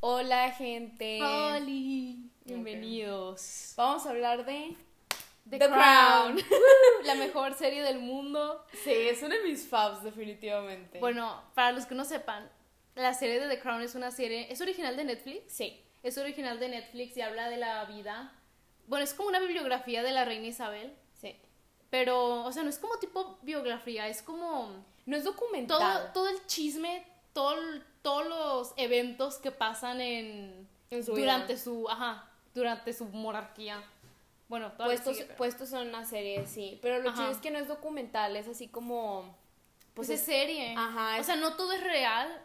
Hola, gente. Oli. Bienvenidos. Vamos a hablar de The, Crown. Crown. la mejor serie del mundo. Sí, es una De mis faves, definitivamente. Bueno, para los que no sepan, la serie de The Crown es una serie, es original de Netflix, sí. es original de Netflix y habla de la vida. Bueno, es como una bibliografía de la reina Isabel, Sí. pero, o sea, no es como tipo biografía, es como No es documentado todo, todo el chisme, todo, el- todos los eventos que pasan en en su vida. durante su, ajá, durante su monarquía. Bueno, todavía puestos, sigue, pero- puestos son una serie, sí. Pero lo Ajá. chido es que no es documental, es así como. pues Pues es es- serie. Ajá, O sea, no todo es real.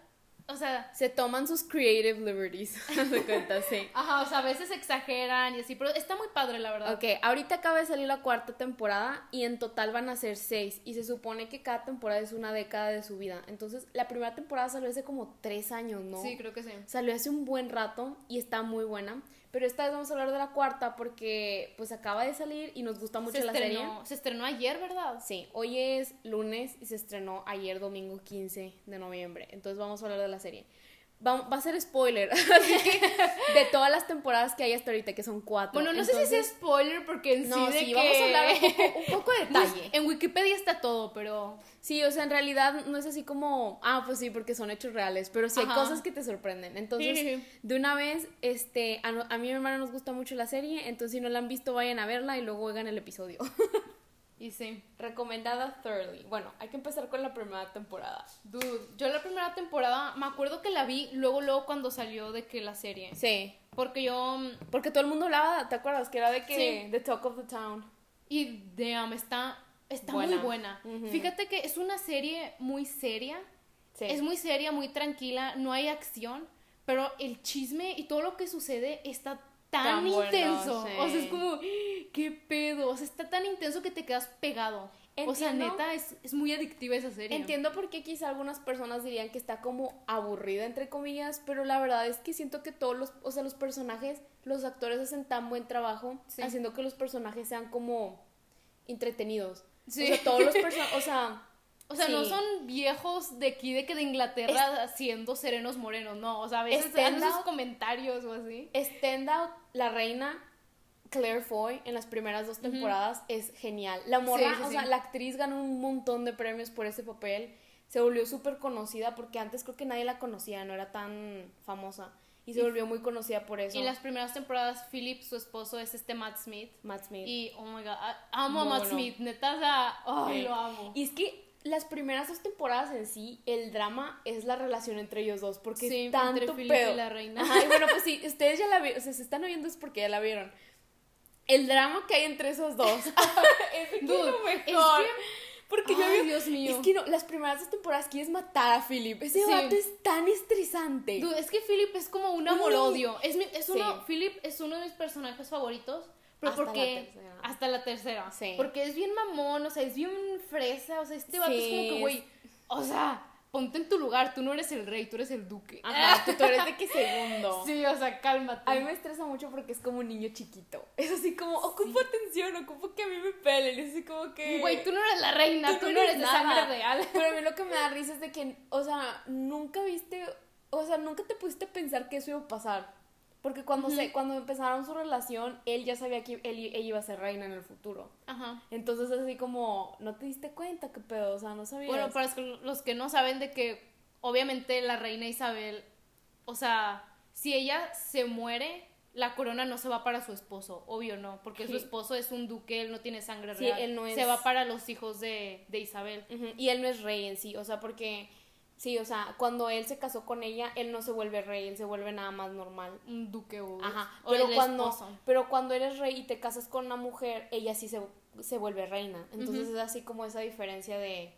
O sea, se toman sus creative liberties. de cuenta, sí. ajá, o sea, a veces exageran y así, pero está muy padre, la verdad. Ok, ahorita acaba de salir la cuarta temporada y en total van a ser seis. Y se supone que cada temporada es una década de su vida. Entonces, la primera temporada salió hace como tres años, ¿no? Sí, creo que sí. Salió hace un buen rato y está muy buena. Pero esta vez vamos a hablar de la cuarta porque pues acaba de salir y nos gusta mucho se, la estrenó, serie. se estrenó ayer, ¿verdad? Sí, hoy es lunes y se estrenó ayer domingo 15 de noviembre. Entonces vamos a hablar de la serie. Va, va a ser spoiler, así que de todas las temporadas que hay hasta ahorita, que son cuatro. Bueno, no sé si Entonces- es spoiler porque en No, sí de sí, que- vamos a hablar un poco, un poco de No, detalle. En Wikipedia está todo, pero Sí, o sea, en realidad no es así como, ah, pues sí, porque son hechos reales, pero sí hay Ajá. cosas que te sorprenden. Entonces, Sí. de una vez, este, a, no- a mí y a mi hermana nos gusta mucho la serie, entonces si no la han visto, vayan a verla y luego oigan el episodio. y sí. Recomendada thoroughly. Bueno, hay que empezar con la primera temporada. Dude, yo la primera temporada me acuerdo que la vi luego luego cuando salió de que la serie, Sí, porque yo mm, porque todo el mundo hablaba, ¿te acuerdas? Que era de que Sí. The Talk of the Town. Y damn, está, está Buena. muy buena. Ujú. Fíjate que es una serie muy seria. Sí. Es muy seria, muy tranquila, no hay acción, pero el chisme y todo lo que sucede está tan, Tan bueno, intenso. sí. O sea, es como, qué pedo. O sea, está tan intenso que te quedas pegado. O sea, Entiendo. neta, es, es muy adictiva esa serie. Entiendo por qué quizá algunas personas dirían que está como aburrida, entre comillas, pero la verdad es que siento que todos los, o sea, los personajes, los actores hacen tan buen trabajo Sí. haciendo que los personajes sean como entretenidos. Sí. O sea, todos los personajes, o sea, O sea, no Sí. son viejos de aquí, de que de Inglaterra, haciendo serenos morenos, no. O sea, a veces hacen Standout. sus comentarios o así. Standout, la reina Claire Foy en las primeras dos temporadas es genial. La morra, Sí, sí, o sí. sea, la actriz ganó un montón de premios por ese papel. Se volvió súper conocida porque antes creo que nadie la conocía, no era tan famosa. Y se Y- volvió muy conocida por eso. Y en las primeras temporadas, Philip, su esposo, es este Matt Smith. Matt Smith. Y, oh my god, a- amo a Matt Mono. Smith, neta, o sea, ay, Sí. lo amo. Y es que las primeras dos temporadas en sí, el drama es la relación entre ellos dos, porque Sí, es tanto entre Philip pedo. y la reina. Ajá, y bueno, pues sí, ustedes ya la vieron, o sea, se están oyendo es porque ya la vieron. El drama que hay entre esos dos es de que Dude, lo es que- mejor. porque yo Ay, veo- Dios mío. Es que no, las primeras dos temporadas quieres matar a Philip. Ese Sí. vato es tan estresante. Dude, es que Philip es como un Un niño. amor-odio. Es, mi- es uno, Sí. Philip es uno de mis personajes favoritos, pero Hasta la porque... tercera. hasta la tercera. Sí. Porque es bien mamón, o sea, es bien fresa, o sea, este vato es como Sí, que, güey, o sea, ponte en tu lugar, tú no eres el rey, tú eres el duque. Ajá, tú, tú eres de que segundo. Sí, o sea, cálmate. A mí me estresa mucho porque es como un niño chiquito. Es así como, ocupo atención, ocupo que a mí me pelen. Es así como que. Güey, tú no eres la reina, tú, no eres, de nada. sangre real. Pero a mí lo que me da risa es de que, o sea, nunca viste, o sea, nunca te pusiste a pensar que eso iba a pasar. Porque cuando, se, cuando empezaron su relación, él ya sabía que él, ella iba a ser reina en el futuro. Ajá. Entonces, así como, no te diste cuenta, qué pedo, o sea, no sabías. Bueno, para los que- los que no saben de que obviamente la reina Isabel, o sea, si ella se muere, la corona no se va para su esposo, obvio no, porque su Sí. esposo es un duque, él no tiene sangre Sí, real, él no se es- va para los hijos de, de Isabel. Ujú, Y él no es rey en sí, o sea, porque, sí, o sea, cuando él se casó con ella, él no se vuelve rey, él se vuelve nada más normal. Un duque o, Ajá, o pero el cuando, esposo. pero cuando eres rey y te casas con una mujer, ella sí se, se vuelve reina. Entonces Ujú. es así como esa diferencia de,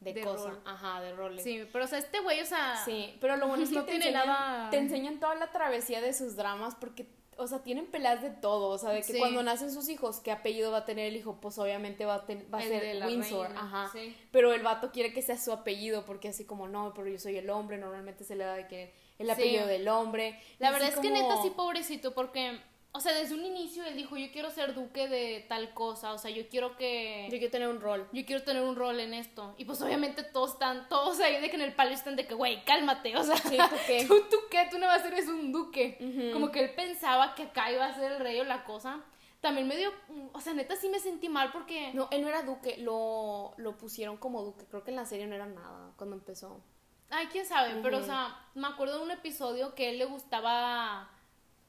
de, De cosa. rol. Ajá, de roles. Sí. Sí, pero o sea, este güey, o sea, pero lo bueno es que No te, tiene enseñan, nada- te enseñan toda la travesía de sus dramas porque, o sea, tienen peleas de todo. O sea, de que Sí. cuando nacen sus hijos, ¿qué apellido va a tener el hijo? Pues obviamente va a, ten- va a el de ser la Windsor. reina, Ajá. sí. Pero el vato quiere que sea su apellido porque así como, no, pero yo soy el hombre, normalmente se le da de que el apellido del hombre. La Y así verdad es que como- neta sí pobrecito porque o sea, desde un inicio él dijo, yo quiero ser duque de tal cosa, o sea, yo quiero que... Yo quiero tener un rol. yo quiero tener un rol en esto. Y pues obviamente todos están, todos ahí de que en el palo están de que, güey, cálmate, o sea, Sí, ¿tú qué? ¿tú, tú qué, tú no vas a ser, es un duque. Ujú. Como que él pensaba que acá iba a ser el rey o la cosa. También me dio, o sea, neta sí me sentí mal porque... No, él no era duque, lo, lo pusieron como duque. Creo que en la serie no era nada cuando empezó. Ay, quién sabe, pero o Ujú. sea, me acuerdo de un episodio que él le gustaba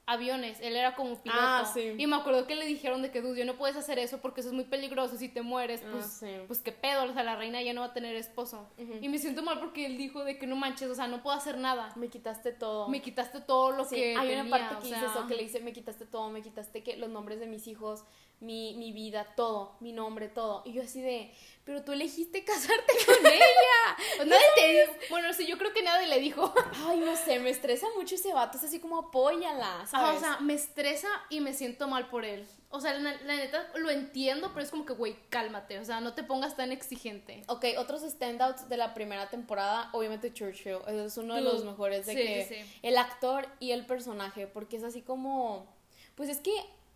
aviones, él era como piloto. Ah, sí. Y me acuerdo que le dijeron de que, dude, yo no puedes hacer eso porque eso es muy peligroso, si te mueres, Ah, pues, sí. pues qué pedo, o sea, la reina ya no va a tener esposo. Ujú. Y me siento mal porque él dijo de que no manches, o sea, no puedo hacer nada. Me quitaste todo. Me quitaste todo lo Sí, que hay una tenía, parte o que sea, dice eso, que le dice, me quitaste todo, me quitaste que los nombres de mis hijos, mi, mi vida, todo, mi nombre, todo. Y yo así de, pero tú elegiste casarte con ella. pues nadie te dijo- Bueno, sí, yo creo que nadie le dijo. Ay, no sé, me estresa mucho ese vato, es así como apóyala, ¿sabes? Ajá, o sea, me estresa y me siento mal por él. O sea, la, la neta lo entiendo, pero es como que, güey, cálmate, o sea, no te pongas tan exigente. Ok, otros standouts de la primera temporada, obviamente Churchill, es uno de Dude, los mejores de sí, que sí, sí. el actor y el personaje, porque es así como, pues es que,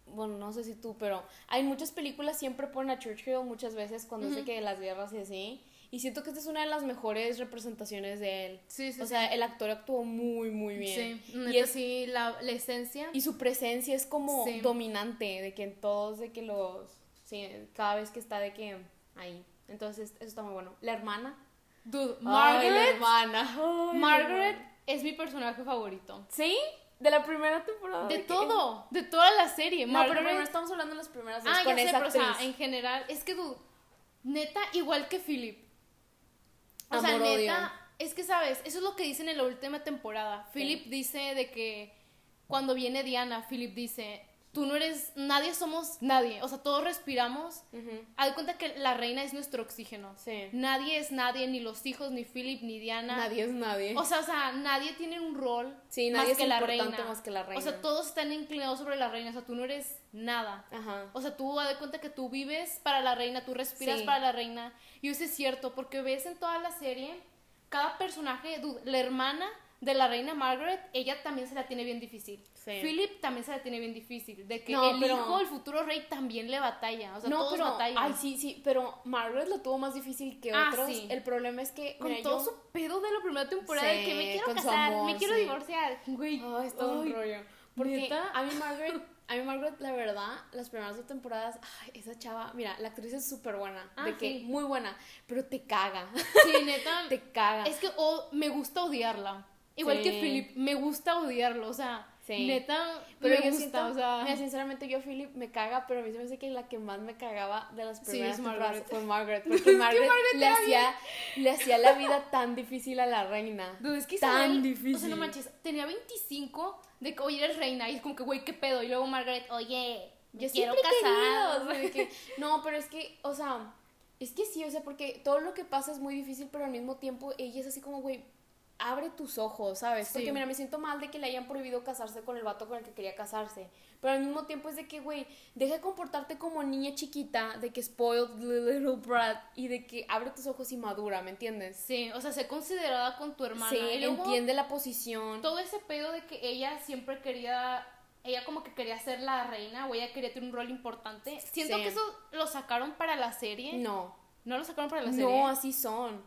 bueno, no sé si tú, pero hay muchas películas siempre ponen a Churchill muchas veces cuando es de Ujú. que las guerras y así, y siento que esta es una de las mejores representaciones de él. Sí, sí, o sí. sea, el actor actuó muy, muy bien. Sí, neta, y, es- sí, la, la esencia. y su presencia es como Sí. dominante, de que en todos, de que los, sí, cada vez que está de que ahí. Entonces, eso está muy bueno. La hermana. Dude, Margaret. Margaret, hermana. Margaret es mi personaje favorito. ¿Sí? De la primera temporada. De que- todo, de toda la serie. eh. No, pero primero Margaret. estamos hablando de las primeras dos Ah, con ya sé, esa pero o actriz. sea, en general, es que dude, neta, igual que Philip. O sea, Amor, odio. neta, es que sabes, eso es lo que dicen en la última temporada. Sí. Philip dice de que cuando viene Diana, Philip dice, tú no eres, nadie somos nadie. O sea, todos respiramos. Ujú. Haz de cuenta que la reina es nuestro oxígeno. Sí. Nadie es nadie, ni los hijos, ni Philip, ni Diana. Nadie es nadie. O sea, o sea, nadie tiene un rol sí, nadie es importante más que la reina. O sea, todos están inclinados sobre la reina. O sea, tú no eres nada. Ajá. O sea, tú haz de cuenta que tú vives para la reina, tú respiras Sí. para la reina. Y eso es cierto, porque ves en toda la serie, cada personaje, dude, la hermana de la reina Margaret, ella también se la tiene bien difícil. Sí. Philip también se la tiene bien difícil. De que No, el pero- hijo, el futuro rey, también le batalla. O sea, no, todos pero. batallan. Ay, sí, sí. Pero Margaret lo tuvo más difícil que Ah, otros. sí. El problema es que. Con mira, todo yo- su pedo de la primera temporada, de que me Sí, quiero con su casar, me amor, quiero sí. divorciar. Güey. Ay, es todo ay, un rollo. Porque ¿neta? a mí Margaret, a mí Margaret, la verdad, las primeras dos temporadas, ay, esa chava, mira, la actriz es súper buena, Ah, de que sí. muy buena, pero te caga, Sí, neta. te caga. Es que oh, me gusta odiarla. Igual Sí. que Philip, me gusta odiarlo. O sea, Sí. neta, pero me yo gusta. siento, o sea, mira, sinceramente yo a Philip me caga, pero a mí se me hace que la que más me cagaba de las Sí, primeras es temporadas Margaret. fue Margaret, Es porque que Margaret, Margaret le, era hacía, le hacía la vida tan difícil a la reina. dude, es que tan Isabel- O sea, difícil. no manches, tenía 25 de que, oye, eres reina. Y es como que, güey, qué pedo. Y luego Margaret, oye, me Yo quiero siempre he querido, casar. o sea, de que- no, pero es que, o sea, es que sí, o sea, porque todo lo que pasa es muy difícil, pero al mismo tiempo ella es así como, güey, abre tus ojos, ¿sabes? Sí. Porque mira, me siento mal de que le hayan prohibido casarse con el vato con el que quería casarse, pero al mismo tiempo es de que, güey, deja de comportarte como niña chiquita, de que spoiled little brat y de que abre tus ojos y madura, ¿me entiendes? Sí, o sea, sé considerada con tu hermana. Sí, Y luego, entiende la posición. todo ese pedo de que ella siempre quería, ella como que quería ser la reina o ella quería tener un rol importante. Siento Sí. que eso lo sacaron para la serie. No, No. lo sacaron para la serie. No, así son.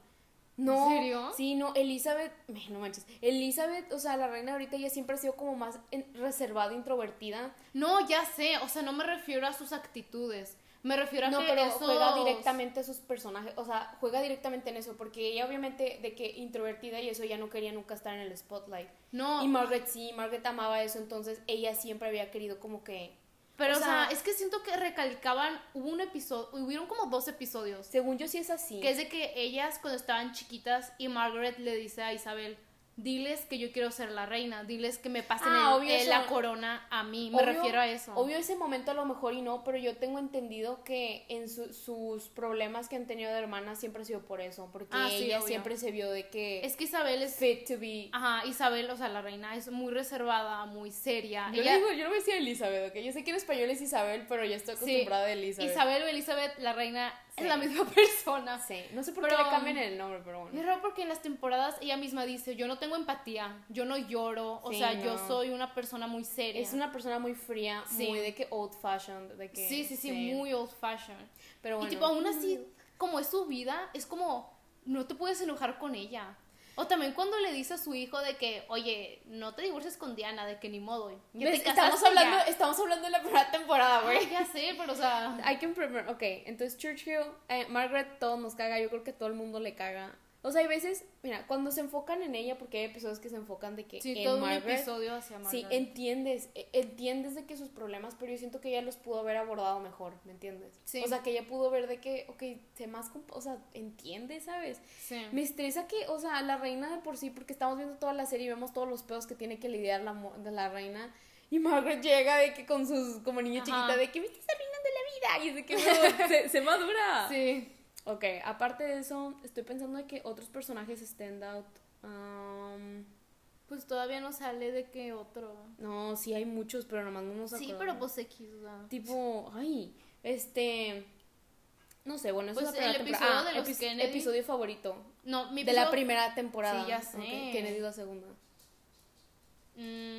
No. ¿En serio? Sí, no, Elizabeth, ay, no manches. Elizabeth, o sea, la reina ahorita ella siempre ha sido como más en- reservada, introvertida. No, ya sé, o sea, no me refiero a sus actitudes, me refiero a No, que pero esos- juega directamente a sus personajes, o sea, juega directamente en eso, porque ella obviamente de que introvertida y eso ya no quería nunca estar en el spotlight. No, Y Margaret sí, Margaret amaba eso, entonces ella siempre había querido como que, pero o o sea, sea- es que siento que recalcaban, hubo un episodio, hubieron como dos episodios, según yo sí es así. que es de que ellas cuando estaban chiquitas y Margaret le dice a Isabel, diles que yo quiero ser la reina, diles que me pasen Ah, el- obvio, eh, eso- la corona a mí, me Obvio- refiero a eso. Obvio ese momento a lo mejor y no, pero yo tengo entendido que en su- sus problemas que han tenido de hermana siempre ha sido por eso, porque Ah, sí, ella obvio. siempre se vio de que Es Ah, que Isabel es, fit to be. ajá, Isabel, o sea, la reina es muy reservada, muy seria. yo, Ella- le digo, yo no me decía Elizabeth, ¿ok? Yo sé que en español es Isabel, pero yo estoy Sí, acostumbrada a Elizabeth. Ah, Isabel o Elizabeth, la reina es la misma persona. Sí, no sé por qué Pero, le cambian el nombre, pero Y bueno. es raro porque en las temporadas ella misma dice, yo no tengo empatía, yo no lloro, o Sí, sea, yo no. soy una persona muy seria. Es una persona muy fría, Sí. muy de que old fashioned, de que... Sí, sí, sí, muy old fashioned. Pero bueno. Y tipo, aún así, como es su vida, es como, no te puedes enojar con ella. O también cuando le dice a su hijo de que, oye, no te divorcies con Diana, de que ni modo. Ya ¿Ves? te Mm. Estamos casaste hablando, ya. estamos hablando de la primera temporada, güey. Ay, ya sé, pero o sea... I can prefer- Ok, entonces Churchill, eh, Margaret, todo nos caga. Yo creo que todo el mundo le caga. O sea, hay veces, mira, cuando se enfocan en ella, porque hay episodios que se enfocan de que Sí, en todo un Margaret. episodio hacia Margaret. Sí, entiendes, e- entiendes de que sus problemas, pero yo siento que ella los pudo haber abordado mejor, ¿me entiendes? Sí. O sea, que ella pudo ver de que, ok, sé más, comp- o sea, entiende, ¿sabes? Sí. Me estresa que, o sea, la reina de por sí, porque estamos viendo toda la serie y vemos todos los pedos que tiene que lidiar la, mu- de la reina. Y Margaret llega de que con sus, como niña Ajá. chiquita, de que me estás arruinando la vida. Y es de que, "Bro, se, se madura. Sí. Ok, aparte de eso, estoy pensando de que otros personajes stand out. um, Pues todavía no sale de que otro. no, sí hay muchos, pero nomás no nos Sí, acordamos. pero pues X, o sea. Tipo, ay, este. No sé, bueno, eso Pues es la primera el temporada. Ah, episodio de los Kennedy. Episodio favorito. No, mi de la episodio- primera temporada. Sí, ya sé. Ok, Kennedy la segunda.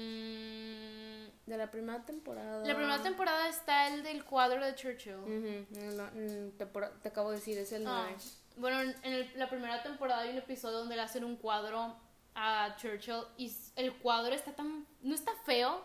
Mm, De la primera temporada. la primera temporada está el del cuadro de Churchill. Mm, Ujú, en la- en tempora- te acabo de decir, es el Ah, nueve. bueno, en el- la primera temporada hay un episodio donde le hacen un cuadro a Churchill y s- el cuadro está tan... no está feo,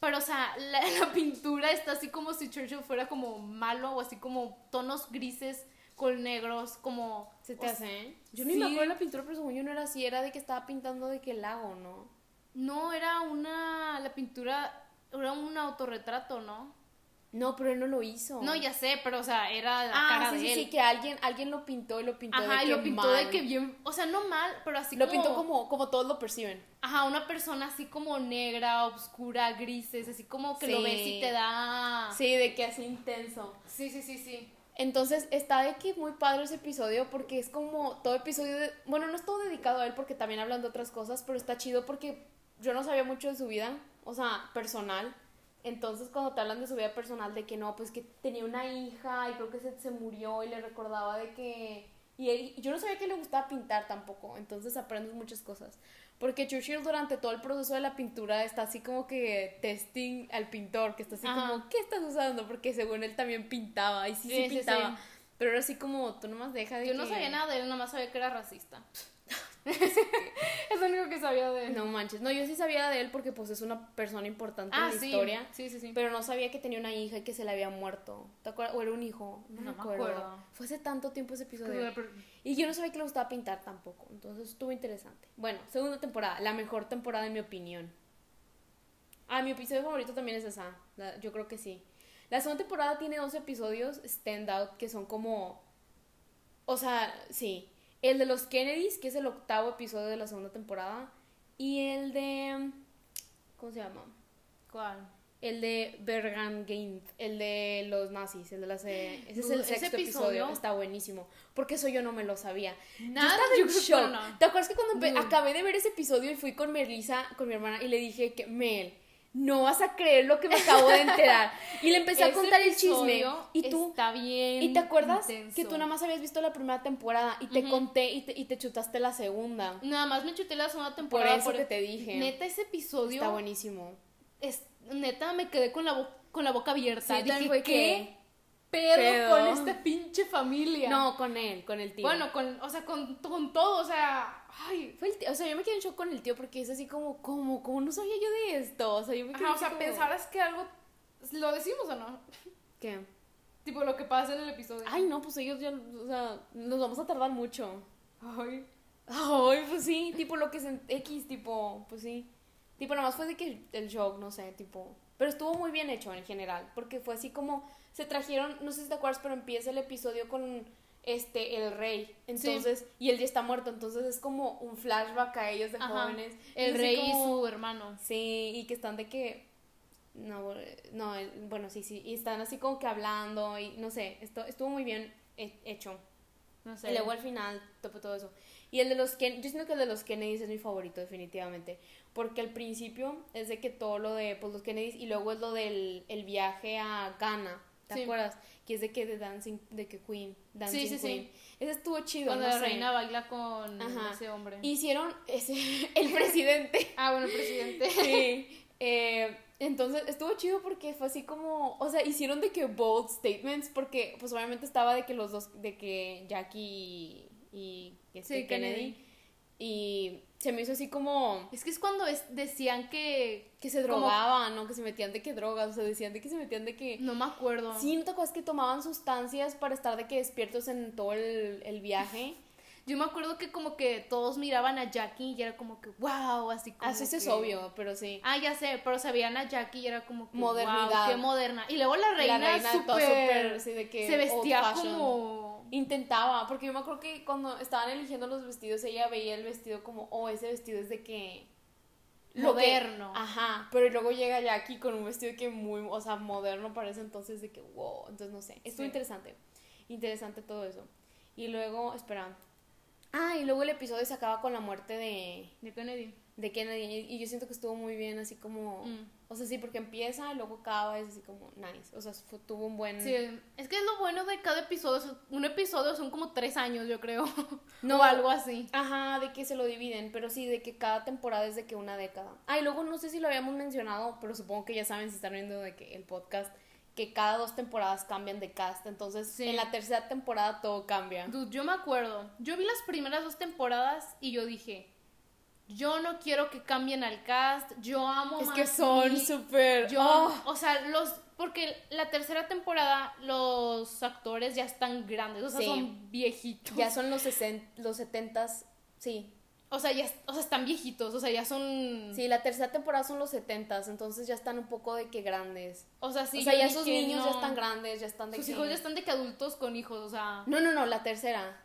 pero o sea, la, la pintura está así como si Churchill fuera como malo o así como tonos grises con negros, como... ¿Se te o hace? Yo ni sí. me acuerdo de la pintura, pero según yo no era así. Era de que estaba pintando de que el lago, ¿no? No, era una. La pintura. Era un autorretrato, ¿no? No, pero él no lo hizo. No, ya sé, pero o sea, era la Oh. Ah, cara sí, de sí, él. sí, que alguien, alguien lo pintó y lo pintó de Ajá, y que lo pintó de mal. que bien. O sea, no mal, pero así Lo como. pintó como, como todos lo perciben. Ajá, una persona así como negra, oscura, grises, así como que lo Sí. ves y te da. Sí, de que así intenso. sí, sí, sí. sí. Entonces está de que muy padre ese episodio porque es como todo episodio, de- bueno, no es todo dedicado a él porque también hablan de otras cosas, pero está chido porque yo no sabía mucho de su vida, o sea, personal. Entonces cuando te hablan de su vida personal, de que no, pues que tenía una hija y creo que se, se murió y le recordaba de que... Y él- yo no sabía que le gustaba pintar tampoco, entonces aprendes muchas cosas. Porque Churchill durante todo el proceso de la pintura está así como que testing al pintor, que está así Ajá. como, ¿qué estás usando? Porque según él también pintaba y sí, sí, Sí, sí, pintaba. sí. Pero era así como, tú nomás deja de Yo que... no sabía nada de él, nada más sabía que era racista. es lo único que sabía de él. No manches. No, yo sí sabía de él porque pues es una persona importante ah, en la sí. historia. Sí, sí, sí. Pero no sabía que tenía una hija y que se le había muerto. ¿Te acuerdas? O era un hijo. No, No me me acuerdo. acuerdo. Fue hace tanto tiempo ese episodio. Y yo no sabía que le gustaba pintar tampoco. Entonces estuvo interesante. Bueno, segunda temporada. La mejor temporada en mi opinión. Ah, mi episodio favorito también es esa. la- yo creo que sí. La segunda temporada tiene 12 episodios stand out que son como... O sea, sí. El de los Kennedys, que es el octavo episodio de la segunda temporada. Y el de... ¿Cómo se llama? ¿Cuál? El de Bergen el de los nazis, el de las... eh, ese es Dude, el ese sexto episodio- episodio, está buenísimo. Porque eso yo no me lo sabía. Nada, yo creo- estaba en shock. bueno, no. ¿Te acuerdas que cuando empe- Dude. acabé de ver ese episodio y fui con Melissa, con mi hermana, y le dije que, Mel, no vas a creer lo que me acabo de enterar. Y le empecé a Ese contar el chisme. episodio Y tú... Está bien. ¿Y te acuerdas intenso. que tú nada más habías visto la primera temporada y te Ujú. conté y te, y te chutaste la segunda? Nada más me chuté la segunda Por temporada. eso que te dije. Neta, ese episodio. está buenísimo. es- neta, me quedé con la, bo- con la boca abierta. Sí, yo también dije, fue ¿qué? que- pedo, pedo? este con esta pinche familia? No, con él, con el tío. Bueno, con, o sea, con, con todo, o sea. Ay. Fue el tío- o sea, yo me quedé en shock con el tío porque es así como, ¿cómo? ¿Cómo no sabía yo de esto? O sea, yo me quedé Ajá, o así sea, como- pensarás que algo. ¿Lo decimos o no? ¿Qué? Tipo lo que pasa en el episodio. Ay, no, pues ellos ya, o sea, nos vamos a tardar mucho. Ay. Ay, pues sí, tipo lo que es en X, tipo, pues sí. Tipo, nada más fue de que el shock, no sé, tipo. Pero estuvo muy bien hecho en general, porque fue así como se trajeron, no sé si te acuerdas, pero empieza el episodio con este el rey. Entonces, y él ya está muerto, entonces es como un flashback a ellos de Ajá. jóvenes. El Y así rey como- y su hermano. Sí, y que están de que. No, no, el- bueno, sí, sí. Y están así como que hablando y no sé, esto, estuvo muy bien he- hecho. No sé. Y luego al final, topo todo eso. Y el de los Ken, yo siento que el de los Kennedys es mi favorito, definitivamente. Porque al principio es de que todo lo de pues, los Kennedys y luego es lo del el viaje a Ghana. ¿Te Sí. acuerdas? Que es de que de Dancing, de que Queen, Dancing sí, sí. Queen. Ese estuvo chido, Cuando no la sé. reina baila con Ajá. ese hombre. Hicieron ese, el presidente. Ah, bueno, presidente. Sí. Eh, entonces estuvo chido porque fue así como, o sea, hicieron de que bold statements porque pues obviamente estaba de que los dos, de que Jackie y, y este Sí, Kennedy, Kennedy. y se me hizo así como Es que es cuando es- decían que. que se Como- drogaban o que se metían de que drogas, o sea, decían de que se metían de que... No me acuerdo. Sí, ¿no te acuerdas que tomaban sustancias para estar de que despiertos en todo el, el viaje? Yo me acuerdo que como que todos miraban a Jackie y era como que, wow, así como. Así eso es que- obvio, pero sí. Ah, ya sé, pero sabían a Jackie y era como que. Modernidad. Modernidad. qué moderna. Y luego la reina, La reina todo súper- súper, sí, de que se vestía old fashion. como. Intentaba, porque yo me acuerdo que cuando estaban eligiendo los vestidos, ella veía el vestido como, oh, ese vestido es de que... lo que- Moderno. ajá, pero luego llega Jackie con un vestido que muy, o sea, moderno parece entonces de que, wow, entonces no sé, estuvo Sí. interesante, interesante todo eso. Y luego, espera, ah, y luego el episodio se acaba con la muerte de, De Kennedy. de Kennedy, y yo siento que estuvo muy bien, así como, Mm. o sea, sí, porque empieza, y luego acaba, es así como, nice, o sea, fue- tuvo un buen... Sí, es que es lo bueno de cada episodio. son- Un episodio son como tres años, yo creo. No. o algo así. Ajá, de que se lo dividen, pero sí, de que cada temporada es de que una década. Ah, y luego no sé si lo habíamos mencionado, pero supongo que ya saben si están viendo de que el podcast, que cada dos temporadas cambian de cast, entonces Sí. en la tercera temporada todo cambia. Dude, yo me acuerdo. Yo vi las primeras dos temporadas y yo dije. Yo no quiero que cambien al cast. Yo amo es a que Maxi, son súper... Yo, oh, o sea, los. Porque la tercera temporada, los actores ya están grandes. O sea, Sí. son viejitos. ya son los, sesen- los setentas, sí. O sea, ya o sea, están viejitos. O sea, ya son. Sí, la tercera temporada son los setentas, entonces ya están un poco de que grandes. O sea, sí. o sea, yo ya dije, sus niños ya no. están grandes, ya están de Sus que- hijos ya están de que adultos con hijos. O sea. No, no, no, la tercera.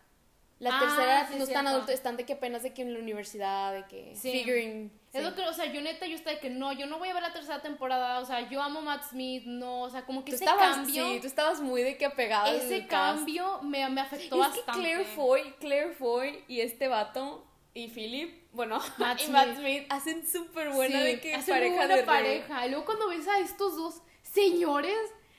La Ah, tercera sí, no están cierto. adultos, están de que apenas de que en la universidad, de que Sí. figuring. Es sí. lo que, o sea, yo neta, yo estaba de que no, yo no voy a ver la tercera temporada, o sea, yo amo a Matt Smith, no, o sea, como que tú ese estabas, cambio, sí, tú estabas muy de que apegada al ese cast. cambio me, me Y afectó es que bastante. Claire Foy, Claire Foy y este vato y Philip, bueno, Matt y Smith. Matt Smith hacen súper buena Sí, de que hacen pareja muy buena de re- pareja. Y luego cuando ves a estos dos señores,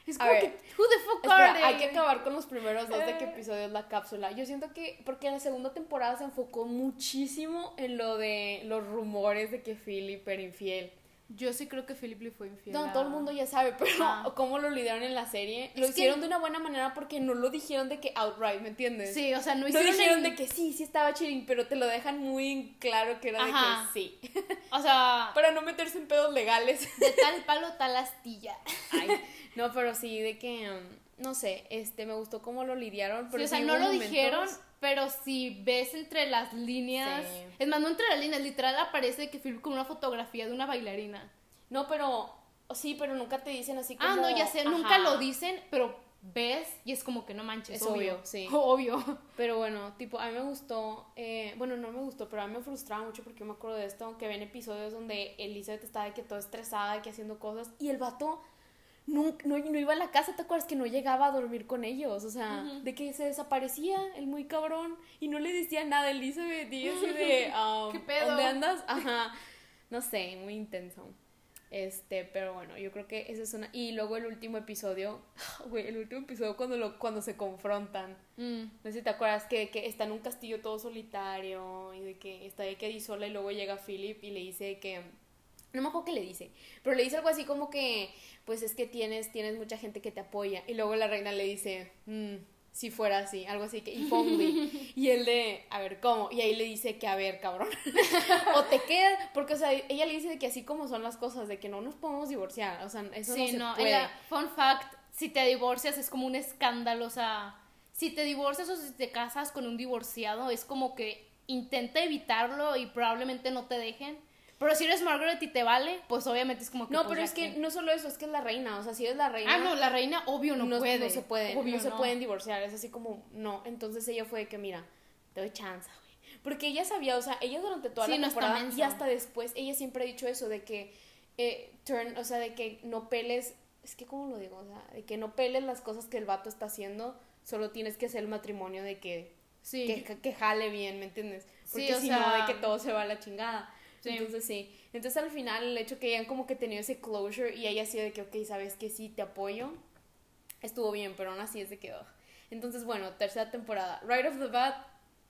es A como ver, que, who the fuck Espera, are they? hay que acabar con los primeros dos de qué Eh. episodio es la cápsula. Yo siento que, porque la segunda temporada se enfocó muchísimo en lo de los rumores de que Philip era infiel. Yo sí creo que Philip le fue infiel. No, a- todo el mundo ya sabe, pero Ah. cómo lo lidiaron en la serie. Lo Es que- hicieron de una buena manera porque no lo dijeron de que outright, ¿me entiendes? Sí, o sea, no No hicieron dijeron el- de que sí, sí estaba cheating, pero te lo dejan muy en claro que era Ajá. de que sí. O sea, Para no meterse en pedos legales. de tal palo, tal astilla. No, pero sí, de que, mm, no sé, este, me gustó cómo lo lidiaron. Pero Sí, o sea, sí no hubo lo momentos- dijeron, pero si ves entre las líneas. Sí. Es más, no entre las líneas, literal aparece que Philip con una fotografía de una bailarina. No, pero, sí, pero nunca te dicen así como... Ah, no, ya sé, ajá. nunca lo dicen, pero ves y es como que no manches. Es obvio, sí. Obvio. Pero bueno, tipo, a mí me gustó, eh, bueno, no me gustó, pero a mí me frustraba mucho porque yo me acuerdo de esto, que habían episodios donde Elizabeth estaba de que todo estresada, de que haciendo cosas, y el vato nun- no, no iba a la casa, ¿te acuerdas? Que no llegaba a dormir con ellos, o sea, Ujú. de que se desaparecía el muy cabrón y no le decía nada a Elizabeth y yo así de, um, ¿Qué pedo? ¿dónde andas? Ajá, no sé, muy intenso. Este, pero bueno, yo creo que esa es una... Y luego el último episodio, güey, el último episodio cuando, lo, cuando se confrontan. No sé si te acuerdas que, que está en un castillo todo solitario y de que está de que ahí sola y luego llega Philip y le dice que... No me acuerdo qué le dice, pero le dice algo así como que, pues es que tienes, tienes mucha gente que te apoya. Y luego la reina le dice, "Mm, si fuera así, algo así que, if only. Y él de, a ver, ¿cómo? Y ahí le dice que, a ver, cabrón, o te quedas, porque, o sea, ella le dice de que así como son las cosas, de que no nos podemos divorciar, o sea, eso sí, no no. se puede. era- fun fact: si te divorcias es como un escándalo, o sea, si te divorcias o si te casas con un divorciado, es como que intenta evitarlo y probablemente no te dejen. Pero si eres Margaret y te vale, pues obviamente es como que. No, pues, pero ya es que qué. no solo eso, es que es la reina, o sea, si es la reina... Ah, no, la reina obvio no, puede. se pueden, Obvio no se pueden divorciar, es así como, no, entonces ella fue de que, mira, te doy chance, güey, porque ella sabía, o sea, ella durante toda Sí, la no está temporada y mensa. hasta después, ella siempre ha dicho eso, de que, eh, turn, o sea, de que no peles, es que, ¿cómo lo digo? O sea, de que no peles las cosas que el vato está haciendo, solo tienes que hacer el matrimonio de que, Sí. que, que- que jale bien, ¿me entiendes? Sí, Porque o si sea- no, de que todo se va a la chingada. Sí. Entonces sí, entonces al final el hecho que hayan como que tenido ese closure y ella ha sido de que, ok, sabes que sí, te apoyo, estuvo bien, pero aún así es de que. ugh. Entonces, bueno, tercera temporada. Right off the bat,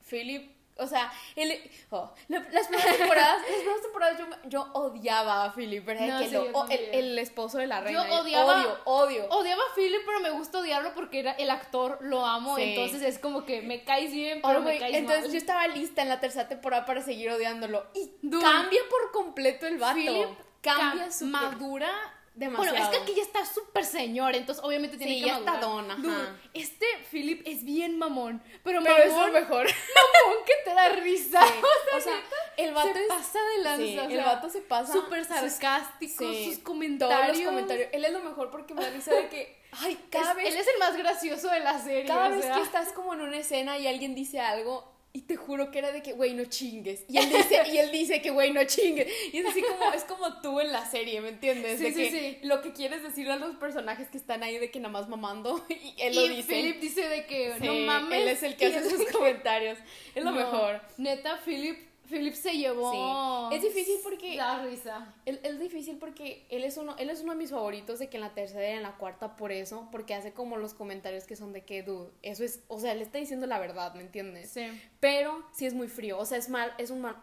Philip. O sea, él- oh, la- las primeras temporadas, las primeras temporadas yo, me- yo odiaba a Philip, ¿verdad? No, que sí, lo- yo o- el, también. el esposo de la reina. odiaba- Odio, odio. Odiaba a Philip, pero me gusta odiarlo porque era el actor, lo amo, Sí. entonces es como que me caes bien, Ay, pero me güey, caes entonces mal. yo estaba lista en la tercera temporada para seguir odiándolo. Y Dude. cambia por completo el vato. Philip cambia cam- su madura demasiado. Bueno, es que aquí ya está súper señor, entonces obviamente tiene Sí, que ya está madurar. don, ajá. Dude, este Philip es bien mamón, Pero pero, mamón, es lo mejor. mamón que te da risa. Sí, O sea, el vato se es- pasa de lanza, sí, o el sea, vato se pasa súper sus- sarcástico, sí, sus comentarios. todos los comentarios. Él es lo mejor porque me avisa de que, ay, cada Es- vez, él es el más gracioso de la serie. cada o vez sea. que estás como en una escena y alguien dice algo y te juro que era de que, güey, no chingues. Y él dice, y él dice que, güey, no chingues. Y es así como, es como tú en la serie, ¿me entiendes? Sí, de sí, que sí. lo que quieres decirle a los personajes que están ahí de que nada más mamando y él lo y dice. Philip dice de que Sí, no mames. Él es el que y hace sus comentarios. Es lo No, mejor. Neta, Philip, Philip se llevó. Sí. Es difícil porque- La risa. Él, él es difícil porque él es uno él es uno de mis favoritos de que en la tercera y en la cuarta por eso, porque hace como los comentarios que son de que, dude, eso es, o sea, él está diciendo la verdad, ¿me entiendes? Sí. Pero sí es muy frío, o sea, es mal, es un mal,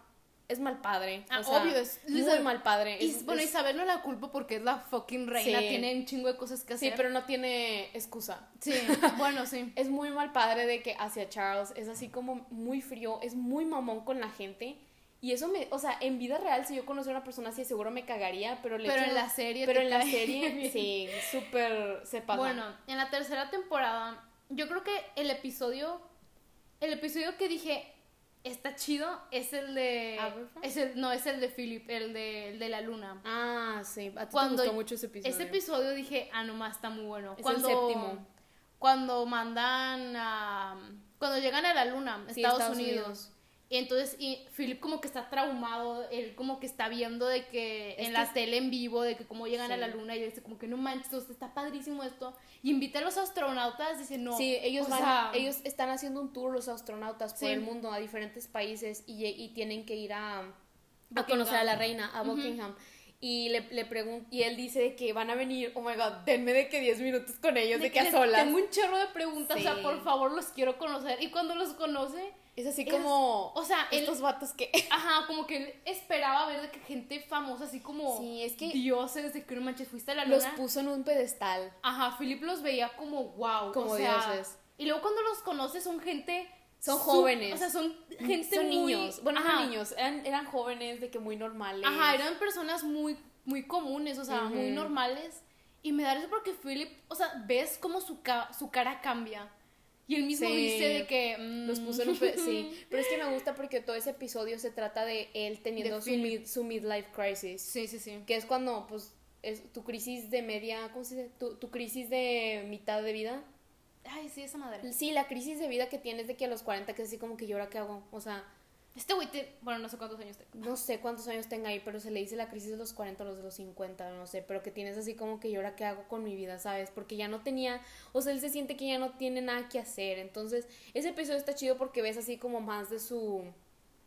es mal padre. Ah, o sea, obvio, es- muy Lisa- mal padre. Y, es- bueno, es- Isabel no la culpo porque es la fucking reina, Sí. tiene un chingo de cosas que hacer. sí, pero no tiene excusa. Sí, bueno, sí. Es muy mal padre de que hacia Charles es así como muy frío, es muy mamón con la gente. Y eso me, o sea, en vida real, si yo conociera a una persona así, seguro me cagaría, pero le Pero en la serie. Pero te en la cae serie, bien. sí, súper se pasa. Bueno, en la tercera temporada, yo creo que el episodio. El episodio que dije está chido es el de. ¿Aberfan? Es el, no, es el de Philip, el de, el de la luna. Ah, sí, a ti Cuando- te gustó mucho ese episodio. Ese episodio dije, ah, nomás está muy bueno. Es el cuando, séptimo. Cuando mandan a. Cuando llegan a la luna, Sí, Estados, Estados Unidos. Unidos. Y entonces, y Philip como que está traumado, él como que está viendo de que Es en que la es- tele en vivo, de que cómo llegan a Sí. la luna, y él dice como que no manches, o sea, está padrísimo esto. Y invita a los astronautas, dice no. Sí, ellos o van, sea, ellos están haciendo un tour los astronautas por Sí. el mundo a diferentes países y, lle- y tienen que ir a, a Buckingham. conocer a la reina, a Buckingham. Y le, le pregun- y él dice de que van a venir, oh my god, denme de que 10 minutos con ellos, de, que, a les- solas. Tengo un chorro de preguntas, o Sí. sea, por favor, los quiero conocer. Y cuando los conoce, Es así es- como, o sea, él- estos vatos que... Ajá, como que él esperaba ver de que gente famosa, así como Sí, es que- dioses, de que no manches, fuiste a la los luna. puso en un pedestal. Ajá, Philip los veía como wow. Como o sea, dioses. Y luego cuando los conoces son gente. Son su- jóvenes. Mm, O sea, son gente Son muy- niños, bueno, no ajá, niños, eran, eran jóvenes de que muy normales. Ajá, eran personas muy, muy comunes, o sea, muy Ujú. normales. Y me da eso porque Philip, o sea, ves cómo su, ca- su cara cambia. Y él mismo Sí. dice de que. mm, Los puso en un pe- Sí, pero es que me gusta porque todo ese episodio se trata de él teniendo De su, Philip. mid- su midlife crisis. Sí, sí, sí. Que es cuando, pues, es tu crisis de media. ¿Cómo se dice? Tu, tu crisis de mitad de vida. Ay, sí, esa madre. Sí, la crisis de vida que tienes de que a los 40, que es así como que yo ahora qué hago. O sea, Este güey, te- bueno, no sé cuántos años te. no sé cuántos años tenga ahí, pero se le dice la crisis de los 40 o los de los 50, no sé, pero que tienes así como que yo ahora qué hago con mi vida, ¿sabes? Porque ya no tenía, o sea, él se siente que ya no tiene nada que hacer, entonces ese episodio está chido porque ves así como más de su,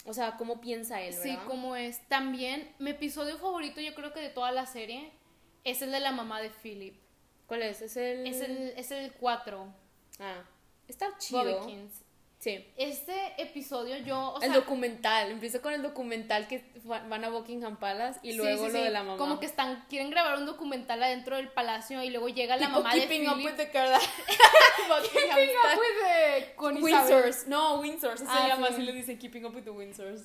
o sea, cómo piensa él, Sí, ¿verdad? como es. También, mi episodio favorito, yo creo que de toda la serie, es el de la mamá de Philip. ¿Cuál es? Es el... Es el, es el 4, Ah, está Bobby Mm. chido. Kings. Sí. Este episodio yo, o el sea, documental, empieza con el documental que va- van a Buckingham Palace y sí, luego sí, lo sí, de la mamá. Como que están, quieren grabar un documental adentro del palacio y luego llega la Tipo mamá de Keeping Up Philip. with the Kardashians. Buckingham Style. con Windsors, no, Windsors, se Ah, llama, sí. así le dice Keeping Up with the Windsors.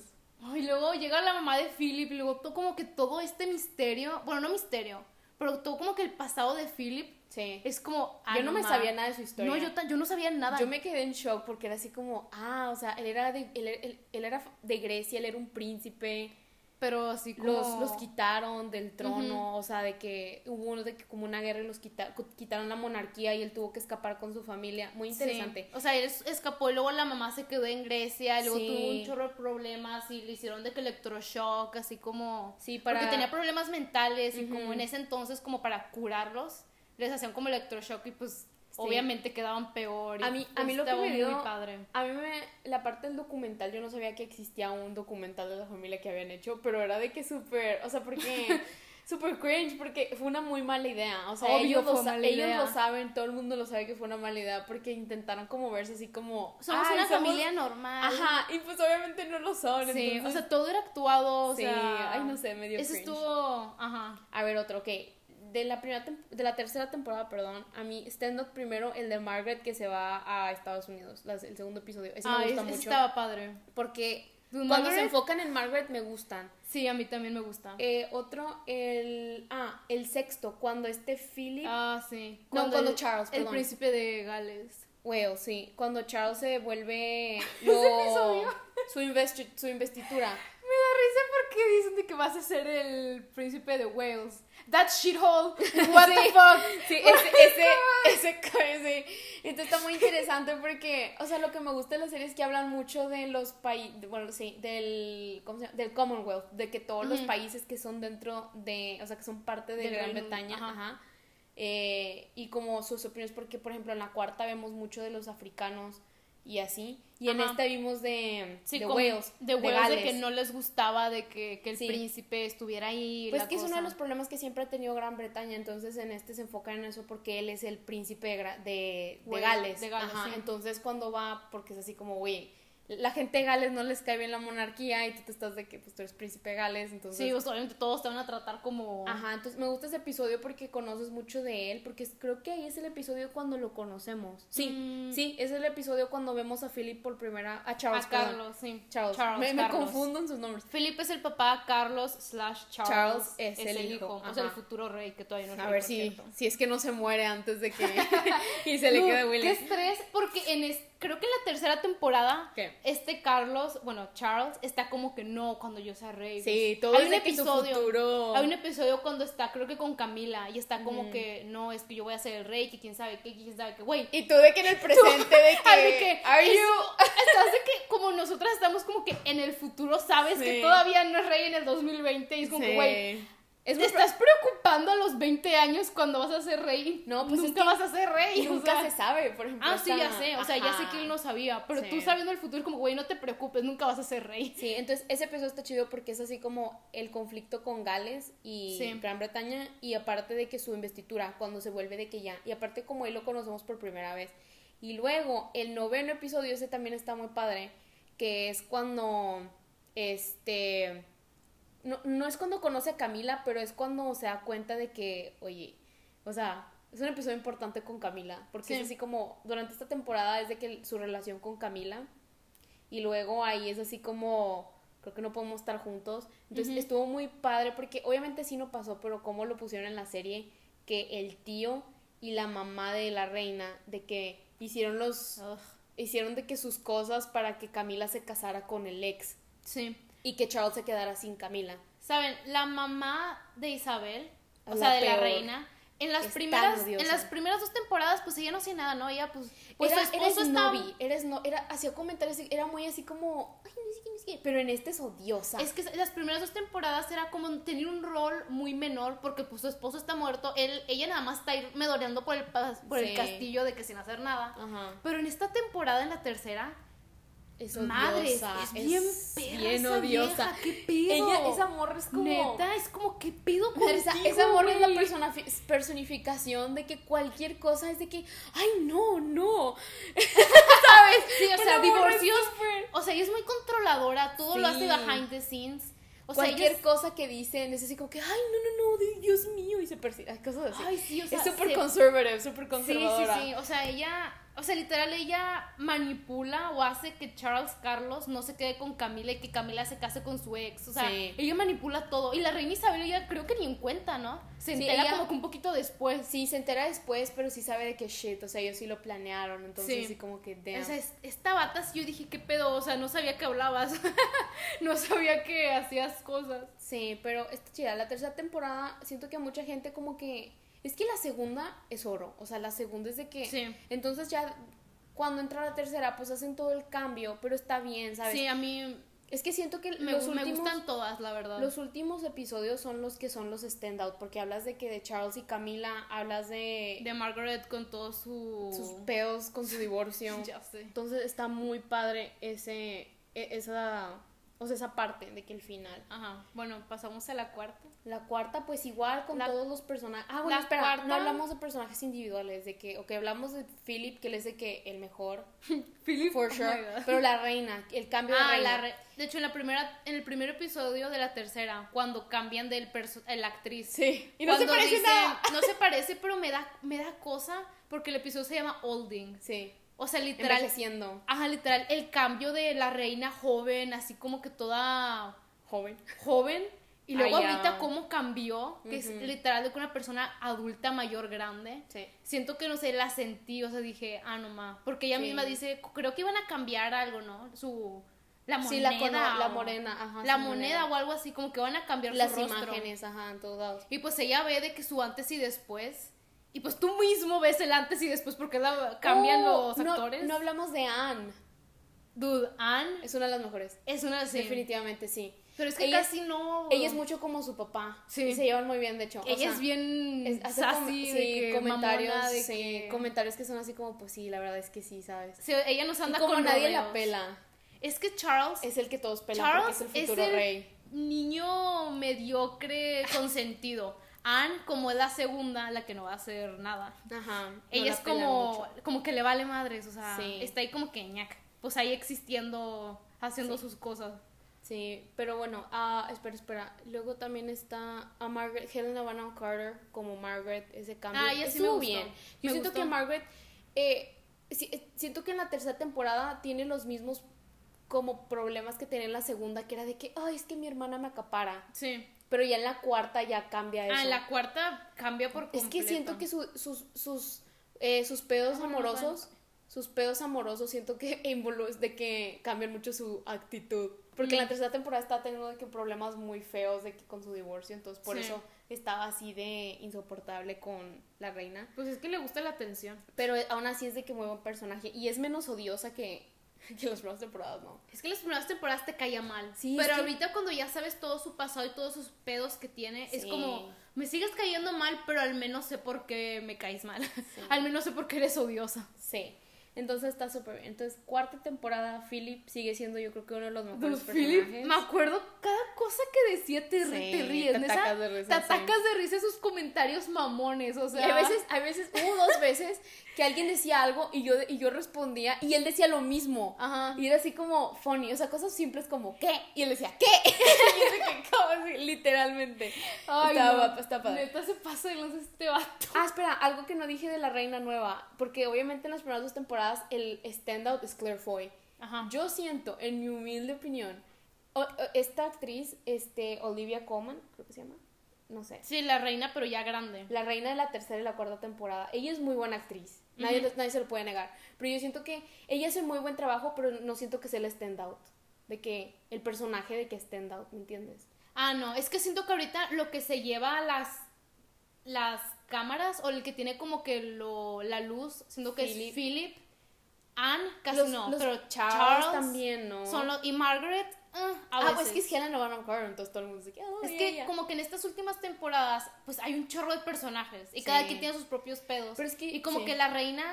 Y luego llega la mamá de Philip y luego todo como que todo este misterio, bueno, no misterio, pero todo como que el pasado de Philip Sí. es como... ah, Yo no me ma. sabía nada de su historia. No, yo, ta- yo no sabía nada. Yo me quedé en shock porque era así como, ah, o sea, él era de, él, él- él era de Grecia, él era un príncipe, Pero así como... los, los quitaron del trono, o sea, de que hubo uno de que como una guerra y los quita- quitaron la monarquía y él tuvo que escapar con su familia. Muy Sí. interesante. O sea, él es- escapó y luego la mamá se quedó en Grecia, y luego Sí. tuvo un chorro de problemas y le hicieron de que electroshock, así como... Sí, para- Porque tenía problemas mentales y como Ujú. en ese entonces, como para curarlos, les hacían como electroshock y pues obviamente quedaban peor. y, A mí- a pues, mí lo que estaba me muy dio- padre. A mí me, la parte del documental, yo no sabía que existía un documental de la familia que habían hecho, pero era de que súper, o sea, porque... súper cringe porque fue una muy mala idea. O sea, Obvio ellos, fue lo, sa- mala ellos idea. lo saben, todo el mundo lo sabe que fue una mala idea porque intentaron como verse así como. Somos "Ay, una familia normal. Ajá, y pues obviamente no lo son. Sí, entonces, o sea, todo era actuado, o sí, sea, ay, no sé, medio Eso cringe. estuvo, ajá. A ver, otro, ok. De la, primera tem- de la tercera temporada, perdón, a mí stand-up primero, el de Margaret que se va a Estados Unidos, las- el segundo episodio. Ese me Ay, gusta ese mucho. estaba padre. Porque ¿Tu cuando se Margaret? enfocan en Margaret me gustan. Sí, a mí también me gusta. Eh, otro, el. Ah, el sexto, cuando este Philip. ah, sí. No, cuando el- Charles, El perdón. príncipe de Gales. Well, sí. Cuando Charles se vuelve. episodio. su, investi- su investitura. Me da risa porque dicen de que vas a ser el príncipe de Wales. That shithole. What the fuck. Sí, ese, ese, ese, ese- Esto está muy interesante porque, o sea, lo que me gusta de las series es que hablan mucho de los países, bueno, sí, del, ¿cómo se llama? del Commonwealth, de que todos los Ujú. países que son dentro de, o sea, que son parte de Del Gran Reino Unido, Bretaña, ajá. ajá, eh, y como sus opiniones, porque, por ejemplo, en la cuarta vemos mucho de los africanos y así, y en Ajá. esta vimos de, Sí, de como Wales, De Wales, de, Gales. que no les gustaba de que, que el Sí. príncipe estuviera ahí. Pues la que es uno cosa. de los problemas que siempre ha tenido Gran Bretaña, entonces en este se enfocan en eso porque él es el príncipe de, Gra- de, de Güey, Gales. de Gales, Ajá, sí. Entonces cuando va, porque es así como, güey, la gente de Gales no les cae bien la monarquía y tú te estás de que pues tú eres príncipe de Gales, entonces... Sí, pues, obviamente todos te van a tratar como. Ajá, entonces me gusta ese episodio porque conoces mucho de él, porque es- creo que ahí es el episodio cuando lo conocemos. Sí, Mm. sí, es el episodio cuando vemos a Philip por primera... A Charles, a perdón. Carlos, sí. Charles. Me, me Carlos. confundo en sus nombres. Felipe es el papá, Carlos slash Charles, Charles es el hijo, O sea, el ajá. futuro rey que todavía no es A rey, ver por si, cierto. si es que no se muere antes de que... y se le No, queda Willy. Qué estrés, porque en es- creo que en la tercera temporada, ¿Qué? este Carlos, bueno, Charles, está como que no, cuando yo sea rey. pues, Sí, todo hay es un de que su episodio. futuro- Hay un episodio cuando está, creo que con Camila, y está Mm. como que no, es que yo voy a ser el rey, que quién sabe qué, que quién sabe qué, güey. Y tú de que en el presente de que... Ay, de que Are es- you- estás de que como nosotras estamos como que en el futuro sabes Sí. que todavía no es rey en el 2020 y es como que, Sí. güey, Es te muy estás preocupando a los 20 años cuando vas a ser rey. No, pues es nunca vas a ser pro- rey. o Nunca sea. se sabe, por ejemplo. Ah, sí, esta- ya sé. O sea, ya sé Ajá. que él no sabía. Pero Sí. tú sabiendo el futuro, como, güey, no te preocupes, nunca vas a ser rey. Sí, entonces ese episodio está chido porque es así como el conflicto con Gales y Sí. Gran Bretaña y aparte de que su investidura cuando se vuelve de que ya y aparte como ahí lo conocemos por primera vez. Y luego el noveno episodio ese también está muy padre, que es cuando este no, no es cuando conoce a Camila, pero es cuando se da cuenta de que, oye, o sea, es un episodio importante con Camila, porque Sí. es así como, durante esta temporada es de que su relación con Camila, y luego ahí es así como, creo que no podemos estar juntos. Entonces Ujú. estuvo muy padre, porque obviamente sí no pasó, pero como lo pusieron en la serie, que el tío y la mamá de la reina, de que hicieron los, hicieron de que sus cosas para que Camila se casara con el ex. Sí. Y que Charles se quedara sin Camila. Saben, la mamá de Isabel, o La sea, de la peor. reina, en las Es primeras, tan odiosa. en las primeras dos temporadas, pues ella no hacía nada, ¿no? Ella, pues, pues era, su esposo era estaba- snobby, era sno- era- hacía comentarios, así- era muy así como, ay, no sé qué, no sé qué", pero en este es odiosa. Es que las primeras dos temporadas era como tener un rol muy menor porque pues su esposo está muerto, él, ella nada más está ahí medoreando por el, pas- por Sí. el castillo de que sin hacer nada. Ajá. Pero en esta temporada, en la tercera, Es madre, es odiosa, bien es perra bien esa odiosa. vieja, ¿qué pedo? Ella, esa morra es como... Neta, es como, ¿qué pido contigo, Esa, esa morra es la güey? personafi- personificación de que cualquier cosa es de que, ay, no, no. Sí, o sea, Esa morra es divorcios. súper- O sea, ella es muy controladora, todo lo hace Sí. behind the scenes. O sea, cualquier ella es- cosa que dicen es así como que, ay, no, no, no, di- Dios mío, y se persigue, cosas así. Ay, sí, o sea, es súper se- conservative, súper Sí, sí, conservadora. sí, o sea, ella, o sea, literal ella manipula o hace que Charles Carlos no se quede con Camila y que Camila se case con su ex, o sea, Sí. ella manipula todo y la reina Isabel ella creo que ni en cuenta, ¿no? Se Sí, entera ella- como que un poquito después. Sí, se entera después, pero sí sabe de que shit, o sea, ellos sí lo planearon, entonces Sí. sí, como que damn. O sea, es- esta bata sí, yo dije, ¿qué pedo? O sea, no sabía que hablabas, no sabía que hacías cosas. Sí, pero está chida. La tercera temporada, siento que a mucha gente como que... Es que la segunda es oro, o sea, la segunda es de que... Sí. Entonces ya cuando entra la tercera, pues hacen todo el cambio, pero está bien, ¿sabes? Sí, a mí Es que siento que me, los, me últimos, gustan todas, la verdad. los últimos episodios son los que son los standout, porque hablas de que de Charles y Camila, hablas de, De Margaret con todo su... sus peos con su divorcio. Ya sé. Entonces está muy padre ese, e- esa, O sea, esa parte de que el final. Ajá. Bueno, pasamos a la cuarta. La cuarta, pues igual con La- todos los personajes. Ah, bueno, la espera, no cuarta- hablamos de personajes individuales, de que, ok, hablamos de Philip, que él es de que el mejor, Philip. for sure, pero la reina, el cambio de Oh Ah, reina. la re- de hecho en la primera en el primer episodio de la tercera cuando cambian del perso- el actriz Sí, y no se Cuando parece dicen, nada. no se parece pero me da me da cosa porque el episodio se llama Olding Sí, o sea literal envejeciendo, ajá literal el cambio de la reina joven así como que toda joven. joven y luego Ay, ya. ahorita cómo cambió que es Ujú. literal de que una persona adulta mayor grande Sí. siento que no sé la sentí o sea dije ah no ma porque ella Sí. misma dice creo que iban a cambiar algo no su la moneda Sí, la, cono- la o- morena, ajá. la su moneda o algo así como que van a cambiar Las su rostro imágenes, ajá, en todos lados. y pues ella ve de que su antes y después y pues tú mismo ves el antes y después porque la cambian Oh, los no- actores No, hablamos de Anne. dude Anne Es una de las mejores. es una sí. Definitivamente sí. pero es que Ella es- casi no Ella es mucho como su papá. Sí. Y se llevan muy bien, de hecho. O ella sea, es bien es- hace com- sassy sí, de que comentarios, mamona, de sí, que- comentarios que son así como, pues sí, la verdad es que sí, ¿sabes? Sí, ella nos Y anda como con nadie la rodeos. pela, es que Charles es el que todos pelan Charles porque es el futuro rey. niño mediocre consentido. Anne, como es la segunda, la que no va a hacer nada. Ajá. no Ella la es pelan como, mucho. como que le vale madres, o sea, Sí. está ahí como que ñac. Pues ahí existiendo, haciendo Sí. sus cosas. Sí, pero bueno, ah, espera, espera. Luego también está a Margaret, Helena Bonham Carter como Margaret, ese cambio. Ah, ella sí me Estuvo gustó. bien. Yo Me siento gustó. que Margaret, eh, sí, eh, siento que en la tercera temporada tiene los mismos como problemas que tenía en la segunda, que era de que, ay, es que mi hermana me acapara. Sí. Pero ya en la cuarta ya cambia eso. Ah, en la cuarta cambia por Es completo. que siento que su- sus, sus, eh, sus pedos Ah, bueno, amorosos, sus pedos amorosos, siento que involu- de que cambian mucho su actitud. Porque en la Mm. tercera temporada está teniendo de que problemas muy feos de que con su divorcio, entonces por Sí. eso estaba así de insoportable con la reina. Pues es que le gusta la atención. Pero aún así es de que muy buen personaje y es menos odiosa que, que las primeras temporadas, ¿no? Es que las primeras temporadas te caía mal. Sí, es pero que- ahorita cuando ya sabes todo su pasado y todos sus pedos que tiene, es Sí. como, me sigues cayendo mal, pero al menos sé por qué me caes mal. al menos sé por qué eres odiosa. Sí. Entonces está súper bien. Entonces, cuarta temporada, Philip sigue siendo yo creo que uno de los mejores Dude, personajes. Philip, me acuerdo cada cosa que decía, te, ri- Sí, te ríes. te neta, atacas de risa, Te sí. atacas de risa sus comentarios mamones, o sea. Y a veces, a veces, hubo dos veces que alguien decía algo y yo, y yo respondía y él decía lo mismo. Ajá. Y era así como funny, o sea, cosas simples como ¿qué? Y él decía ¿qué? Y yo de que, ¿cómo? Así, literalmente. Ay, está no, guapa, está padre. Neta se pasa de lanza este vato. Ah, espera, algo que no dije de la reina nueva, porque obviamente en las primeras dos temporadas el standout es Claire Foy. Ajá. Yo siento, en mi humilde opinión, o- o- esta actriz, este, Olivia Colman, creo que se llama, no sé, Sí, la reina, pero ya grande. la reina de la tercera y la cuarta temporada. Ella es muy buena actriz. Nadie, Ujú. lo- nadie se lo puede negar. Pero yo siento que ella hace muy buen trabajo, pero no siento que sea el standout. De que el personaje de que standout, ¿me entiendes? Ah, no, es que siento que ahorita lo que se lleva a las las cámaras o el que tiene como que lo la luz, siento que Philip. es Philip, Anne casi Los- no, los pero Charles, también, ¿no? son los y Margaret ah, a ah, pues es que veces. es Helena Bonham Carter, entonces todo el mundo dice que... "Ah, "Ay, Es que ella". como que en estas últimas temporadas pues hay un chorro de personajes y cada Sí. quien tiene sus propios pedos. Pero es que- y como sí. que la reina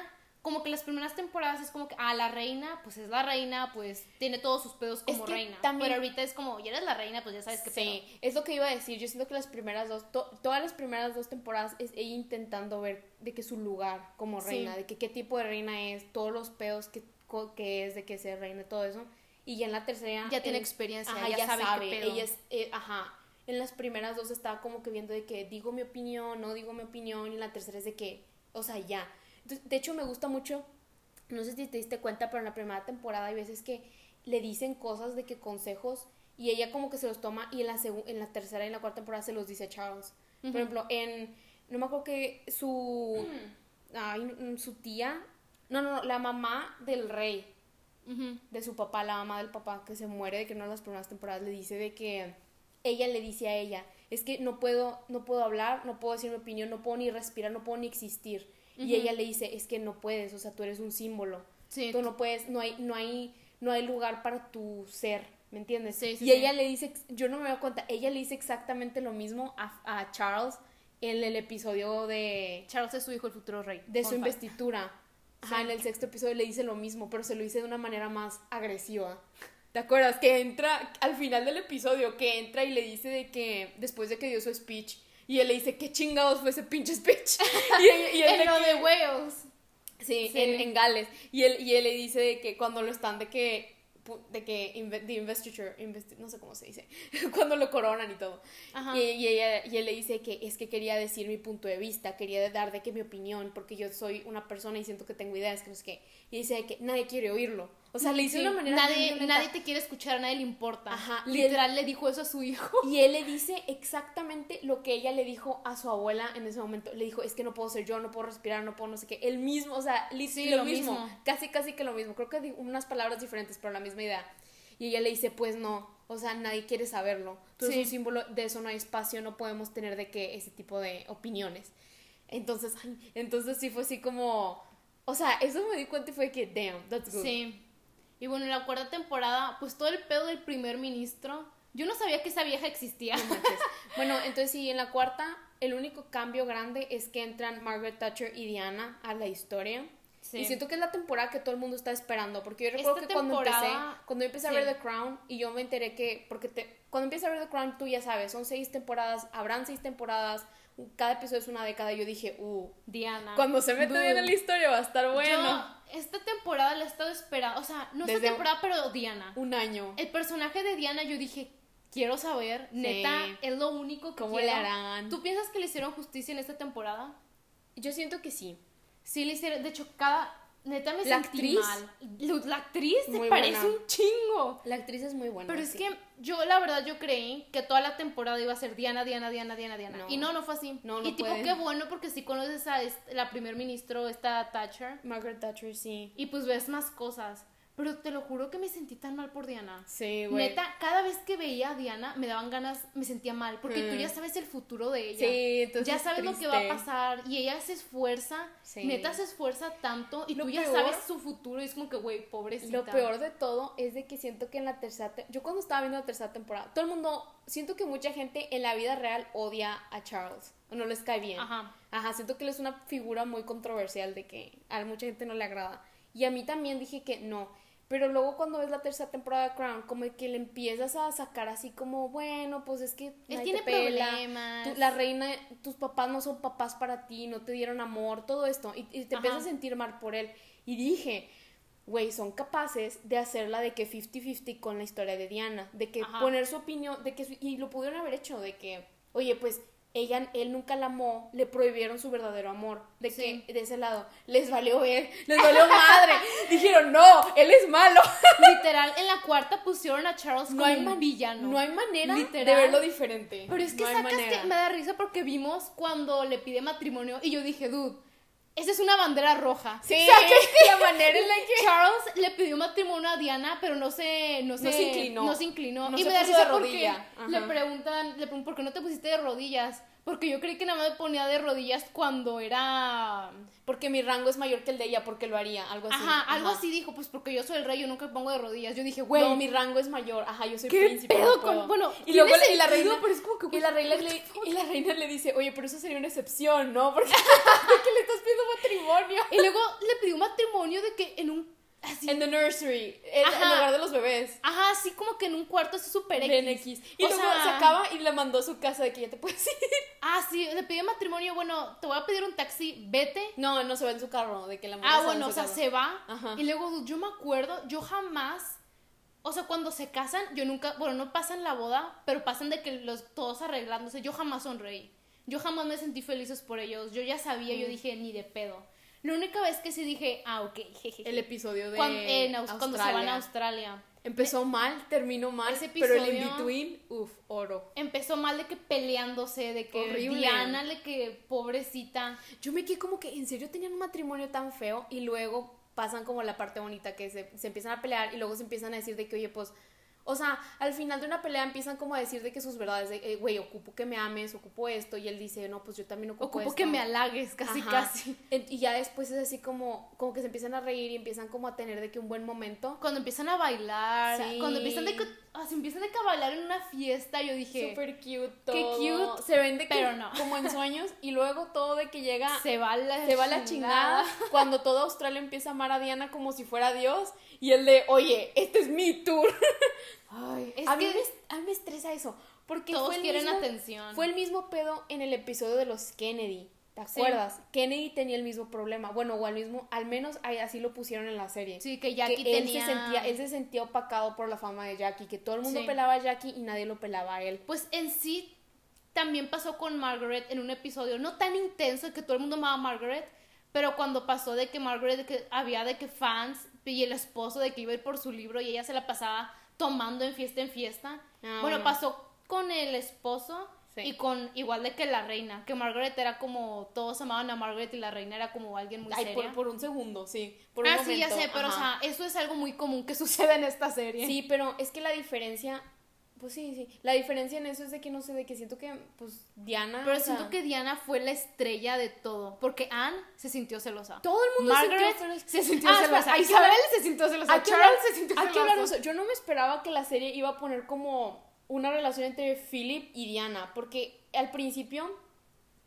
como que las primeras temporadas es como que ah la reina pues es la reina pues tiene todos sus pedos como que reina. también- Pero ahorita es como ya eres la reina pues ya sabes qué pedo. Sí, es lo que iba a decir. Yo siento que las primeras dos, to- todas las primeras dos temporadas es ella intentando ver de que su lugar como Sí. reina, de que qué tipo de reina es, todos los pedos que, co- que es de que sea reina, todo eso. Y ya en la tercera... Ya tiene en- experiencia, ajá, ya sabe qué pedo. Ella es, eh, ajá. En las primeras dos estaba como que viendo de que digo mi opinión, no digo mi opinión, y en la tercera es de que, o sea, ya. Entonces, de hecho, me gusta mucho no sé si te diste cuenta, pero en la primera temporada hay veces que le dicen cosas de que consejos y ella como que se los toma y en la, segu- en la tercera y en la cuarta temporada se los dice a Charles. Por ejemplo, en... No me acuerdo que su... ay, mm, su tía... No, no, no, la mamá del rey, Ujú. de su papá, la mamá del papá que se muere, de que en una de las primeras temporadas le dice de que... Ella le dice a ella, es que no puedo, no puedo hablar, no puedo decir mi opinión, no puedo ni respirar, no puedo ni existir. Y Ujú. ella le dice, es que no puedes, o sea, tú eres un símbolo. Sí, Tú no puedes, no hay, no hay, no hay lugar para tu ser, ¿me entiendes? Sí, sí, y sí. ella le dice, ex- yo no me doy cuenta, ella le dice exactamente lo mismo a, a Charles en el episodio de, Charles es su hijo, el futuro rey. de su Fun fact. investidura. Ajá, Sí. en el sexto episodio le dice lo mismo, pero se lo dice de una manera más agresiva. ¿Te acuerdas? Que entra al final del episodio, que entra y le dice de que después de que dio su speech, y él le dice, ¿qué chingados fue ese pinche speech? Y, ella- y él en de lo que- de Wales. Sí, Sí. En, en Gales. Y él, y él le dice de que cuando lo están de que pu- de que inve- the investiture, investi- no sé cómo se dice, cuando lo coronan y todo. Ajá. Y, y ella, y él le dice que es que quería decir mi punto de vista, quería dar de que mi opinión, porque yo soy una persona y siento que tengo ideas, que no sé qué. Y dice de que nadie quiere oírlo. O sea, le dice de Sí, una manera bien nadie, violenta. nadie te quiere escuchar, a nadie le importa. Ajá, y Literal le dijo eso a su hijo. Y él le dice exactamente lo que ella le dijo a su abuela en ese momento. Le dijo, es que no puedo ser yo, no puedo respirar, no puedo no sé qué. El mismo, o sea, li- Sí, lo, lo mismo. mismo. Casi, casi que lo mismo. Creo que di- unas palabras diferentes, pero la misma idea. Y ella le dice, pues no, o sea, nadie quiere saberlo. Tú eres Sí. un símbolo, de eso no hay espacio, no podemos tener de que ese tipo de opiniones. Entonces, ay, entonces sí fue así como... O sea, eso me di cuenta y fue que, damn, that's good. Sí. Y bueno, en la cuarta temporada, pues todo el pedo del primer ministro. Yo no sabía que esa vieja existía. No manches. Bueno, entonces sí, en la cuarta, el único cambio grande es que entran Margaret Thatcher y Diana a la historia. Sí. Y siento que es la temporada que todo el mundo está esperando, porque yo recuerdo Esta que cuando empecé, temporada- cuando yo empecé a sí. ver The Crown y yo me enteré que, porque te- cuando empiezas a ver The Crown tú ya sabes, son seis temporadas, habrán seis temporadas, cada episodio es una década, y yo dije, uh, Diana. cuando se mete Dude. bien en la historia va a estar bueno. Ah, Yo, esta temporada la he estado esperando. O sea, no Desde- esta temporada, pero Diana. Un año. El personaje de Diana, yo dije, quiero saber. Neta, es lo único que ¿Cómo quiero. le harán? ¿Tú piensas que le hicieron justicia en esta temporada? Yo siento que sí. Sí, le hicieron. De hecho, cada. Neta me ¿La sentí actriz? mal. Lu- La actriz se Muy parece buena. un chingo. La actriz es muy buena. Pero es sí. que yo, la verdad, yo creí que toda la temporada iba a ser Diana, Diana, Diana, Diana, Diana. No. Y no, no fue así. No, no y tipo, puede. qué bueno, porque si conoces a est- la primer ministro, esta Thatcher, Margaret Thatcher sí. y pues ves más cosas. Pero te lo juro que me sentí tan mal por Diana. Sí, güey. Neta, cada vez que veía a Diana me daban ganas, me sentía mal, porque tú Mm. ya sabes el futuro de ella. Sí, entonces ya es sabes lo que va a triste. pasar y ella se esfuerza, Sí. neta se esfuerza tanto y Lo tú ya peor- sabes su futuro y es como que, güey, pobrecita. Lo peor de todo es de que siento que en la tercera te- yo cuando estaba viendo la tercera temporada, todo el mundo siento que mucha gente en la vida real odia a Charles, o no les cae bien. Ajá. Ajá, siento que él es una figura muy controversial de que a mucha gente no le agrada. Y a mí también dije que no. Pero luego cuando ves la tercera temporada de Crown, como que le empiezas a sacar así como, bueno, pues es que Él nadie tiene te pela, problemas. tú- la reina, tus papás no son papás para ti, no te dieron amor, todo esto. Y, y te Ajá. empiezas a sentir mal por él. Y dije, güey, son capaces de hacerla de que 50-50 con la historia de Diana, de que Ajá. poner su opinión, de que su- y lo pudieron haber hecho, de que, oye, pues ella, él nunca la amó, le prohibieron su verdadero amor, de Sí. que de ese lado les valió ver, les valió madre, dijeron, no, él es malo, Literal, en la cuarta pusieron a Charles no como hay, un man- villano. no hay manera Ah, Literal. de verlo diferente. Pero es que No hay sacas manera. que me da risa porque vimos cuando le pide matrimonio y yo dije, dude, esa es una bandera roja. Sí, O sea, que la manera en la que... Charles le pidió matrimonio a Diana, pero no se, no se, No se inclinó. no se inclinó. No y se me da puso de risa porque rodilla. Ajá. le preguntan, le preguntan, ¿por qué no te pusiste de rodillas? Porque yo creí que nada más me ponía de rodillas cuando era... pues, Porque mi rango es mayor que el de ella, porque lo haría, algo así. Ajá, algo Ajá. así dijo, pues porque yo soy el rey, yo nunca me pongo de rodillas. Yo dije, güey, Güey, mi rango es mayor. Ajá, yo soy ¿Qué príncipe. pedo no con- puedo. bueno, y luego tiene y la sentido, reina, pero es como que, y güey, la reina what le the fuck? y la reina le dice, "Oye, pero eso sería una excepción, ¿no? Porque porque le estás pidiendo matrimonio." y luego le pidió matrimonio de que en un... Así, En the nursery, en, en Ajá. lugar de los bebés. Ajá, así como que en un cuarto así super X. En X. Y O luego sea- se acaba y la mandó a su casa de que ya te puedes ir. Ah, sí, le pedí matrimonio, bueno, te voy a pedir un taxi, vete. No, no se va en su carro, de que la mandó Ah, en bueno, su o sea, carro. se va. Ajá. Y luego yo me acuerdo, yo jamás, o sea, cuando se casan, yo nunca, bueno, no pasan la boda, pero pasan de que los todos arreglándose, yo jamás sonreí. Yo jamás me sentí felices por ellos. Yo ya sabía, Mm. yo dije, ni de pedo. La única vez que sí dije, ah, ok, jejeje. el episodio de Cuan- en Aus- cuando se van Australia. a Australia. Empezó mal, terminó mal, Ese pero el in episodio- between, uff, oro. Empezó mal de que peleándose, de que Horrible. Diana, de que pobrecita. Yo me quedé como que en serio tenían un matrimonio tan feo y luego pasan como la parte bonita que se, se empiezan a pelear y luego se empiezan a decir de que, oye, pues, o sea, al final de una pelea empiezan como a decir de que sus verdades, de, eh, güey, ocupo que me ames, ocupo esto y él dice, no, pues yo también ocupo, Ocupo esto. que me halagues, casi, Ajá. casi. En- Y ya después es así como, como que se empiezan a reír y empiezan como a tener de que un buen momento. Cuando empiezan a bailar, Sí. cuando empiezan de que o sea, empiezan a cabalar en una fiesta. Yo dije, Súper cute. Qué todo. cute, Se vende que- pero no. como en sueños y luego todo de que llega se va la se va la chingada cuando toda Australia empieza a amar a Diana como si fuera Dios y el de, oye, este es mi tour. Ay, es a, mí me, que est- a mí me estresa eso, porque todos fue el, quieren mismo, atención. fue el mismo pedo en el episodio de los Kennedy, ¿te Sí. acuerdas? Kennedy tenía el mismo problema, bueno, o al mismo, al menos ahí- así lo pusieron en la serie. Sí, que Que Jackie él, tenía... se sentía, él se sentía opacado por la fama de Jackie, que todo el mundo Sí. pelaba a Jackie y nadie lo pelaba a él. Pues en sí también pasó con Margaret en un episodio no tan intenso que todo el mundo amaba a Margaret, pero cuando pasó de que Margaret de que había de que fans y el esposo de que iba a ir por su libro y ella se la pasaba tomando en fiesta en fiesta. Ah, bueno, bueno. pasó con el esposo Sí. y con igual de que la reina, que Margaret era como todos amaban a Margaret y la reina era como alguien muy Ay, seria. por, por un segundo, sí. Por un ah, sí, ya momento, sé, pero ajá. o sea, eso es algo muy común que sucede en esta serie. Sí, pero es que la diferencia, pues sí, sí, la diferencia en eso es de que no sé, de que siento que, pues Diana. Pero o sea, siento que Diana fue la estrella de todo, porque Anne se sintió celosa. todo el mundo Margaret sintió- se sintió Ah, espera, celosa. hay que Isabel hablar- se sintió celosa. hay que Charles hablar- se sintió hay celosa. que hablar de eso. Yo no me esperaba que la serie iba a poner como una relación entre Philip y Diana, porque al principio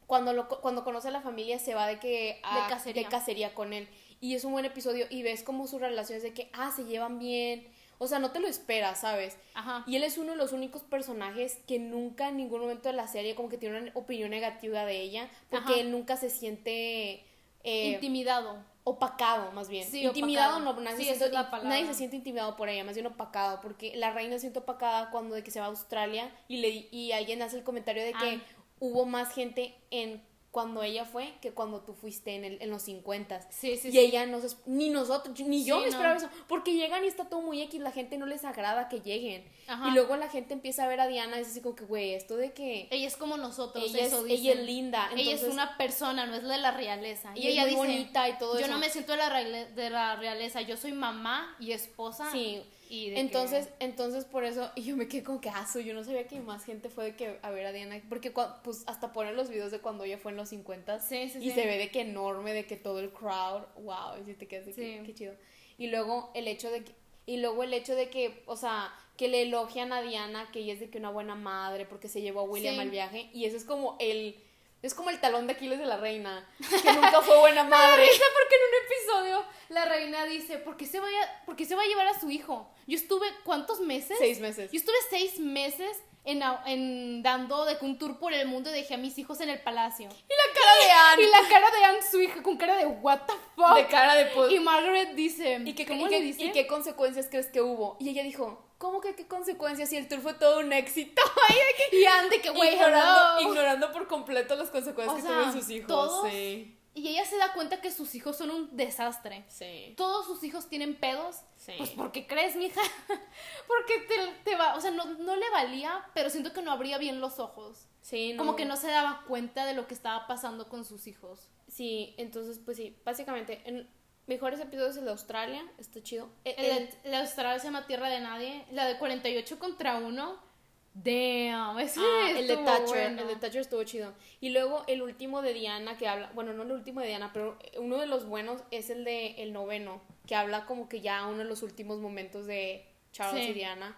cuando lo, co- cuando conoce a la familia se va de que a- De cacería. cacería con él y es un buen episodio y ves como sus relaciones de que ah se llevan bien, o sea no te lo esperas, sabes. Ajá. Y él es uno de los únicos personajes que nunca en ningún momento de la serie como que tiene una opinión negativa de ella, porque Ajá. él nunca se siente eh, Intimidado. opacado, más bien. Sí, intimidado opacado. no, nadie, Sí, se esa es la in- palabra. nadie se siente intimidado por ella, más bien opacado, porque la reina se siente opacada cuando de que se va a Australia y, le, y alguien hace el comentario de que Ah. hubo más gente en cuando ella fue que cuando tú fuiste en, el- en los 50 Sí, sí, y sí. ella no se esp- ni nosotros, yo- ni yo Sí, me no. esperaba eso, porque llegan y está todo muy X, la gente no les agrada que lleguen. Ajá. Y luego la gente empieza a ver a Diana y es así como que, güey, esto de que Ella es como nosotros. ella es, eso ella es dicen. linda, ella es entonces, una persona, no es de la realeza. y ella es muy dice, bonita y todo yo eso. no me siento de la, reale- de la realeza, yo soy mamá y esposa. Sí. y de que- Entonces, entonces por eso, y yo me quedé como que, aso, yo no sabía que más gente fue de que a ver a Diana, porque cua- pues hasta ponen los videos de cuando ella fue en los 50 Sí, sí, y sí. se ve de que enorme, de que todo el crowd, wow, y si te quedas de que, Sí. qué chido. Y luego el hecho de que, y luego el hecho de que, o sea, que le elogian a Diana, que ella es de que una buena madre, porque se llevó a William Sí. al viaje, y eso es como el, es como el talón de Aquiles de la reina, que nunca fue buena madre. risa porque en un episodio la reina dice, ¿por qué se, vaya, ¿por qué se va a llevar a su hijo? Yo estuve, ¿cuántos meses? Seis meses. Yo estuve seis meses en, a- en dando de que un tour por el mundo y dejé a mis hijos en el palacio. Y la cara de Anne. Y la cara de Anne, su hija, con cara de what the fuck. de cara de pues, y Margaret dice, ¿Y qué, ¿cómo y le qué- dice? y qué consecuencias crees que hubo? Y ella dijo, ¿cómo que qué consecuencias? Y el tour fue todo un éxito. Y de que- Y Anne de que, güey, ignorando, hello. ignorando por completo las consecuencias O que sea, tuvieron sus hijos. todos- Sí, Y ella se da cuenta que sus hijos son un desastre. sí. Todos sus hijos tienen pedos. Sí. Pues porque crees, mija. porque te, te va, o sea, no, no le valía, pero siento que no abría bien los ojos. Sí, Como que no se daba cuenta de lo que estaba pasando con sus hijos. Sí, entonces, pues sí, básicamente, en mejores episodios el de Australia, está chido. Eh, El, el- de- la de Australia se llama Tierra de Nadie. La de 48 contra 1. Damn, ese ah, el de estuvo Thatcher, bueno. el de Thatcher estuvo chido. Y luego el último de Diana que habla, bueno, no el último de Diana, pero uno de los buenos es el de el noveno, que habla como que ya uno de los últimos momentos de Charles Sí. y Diana.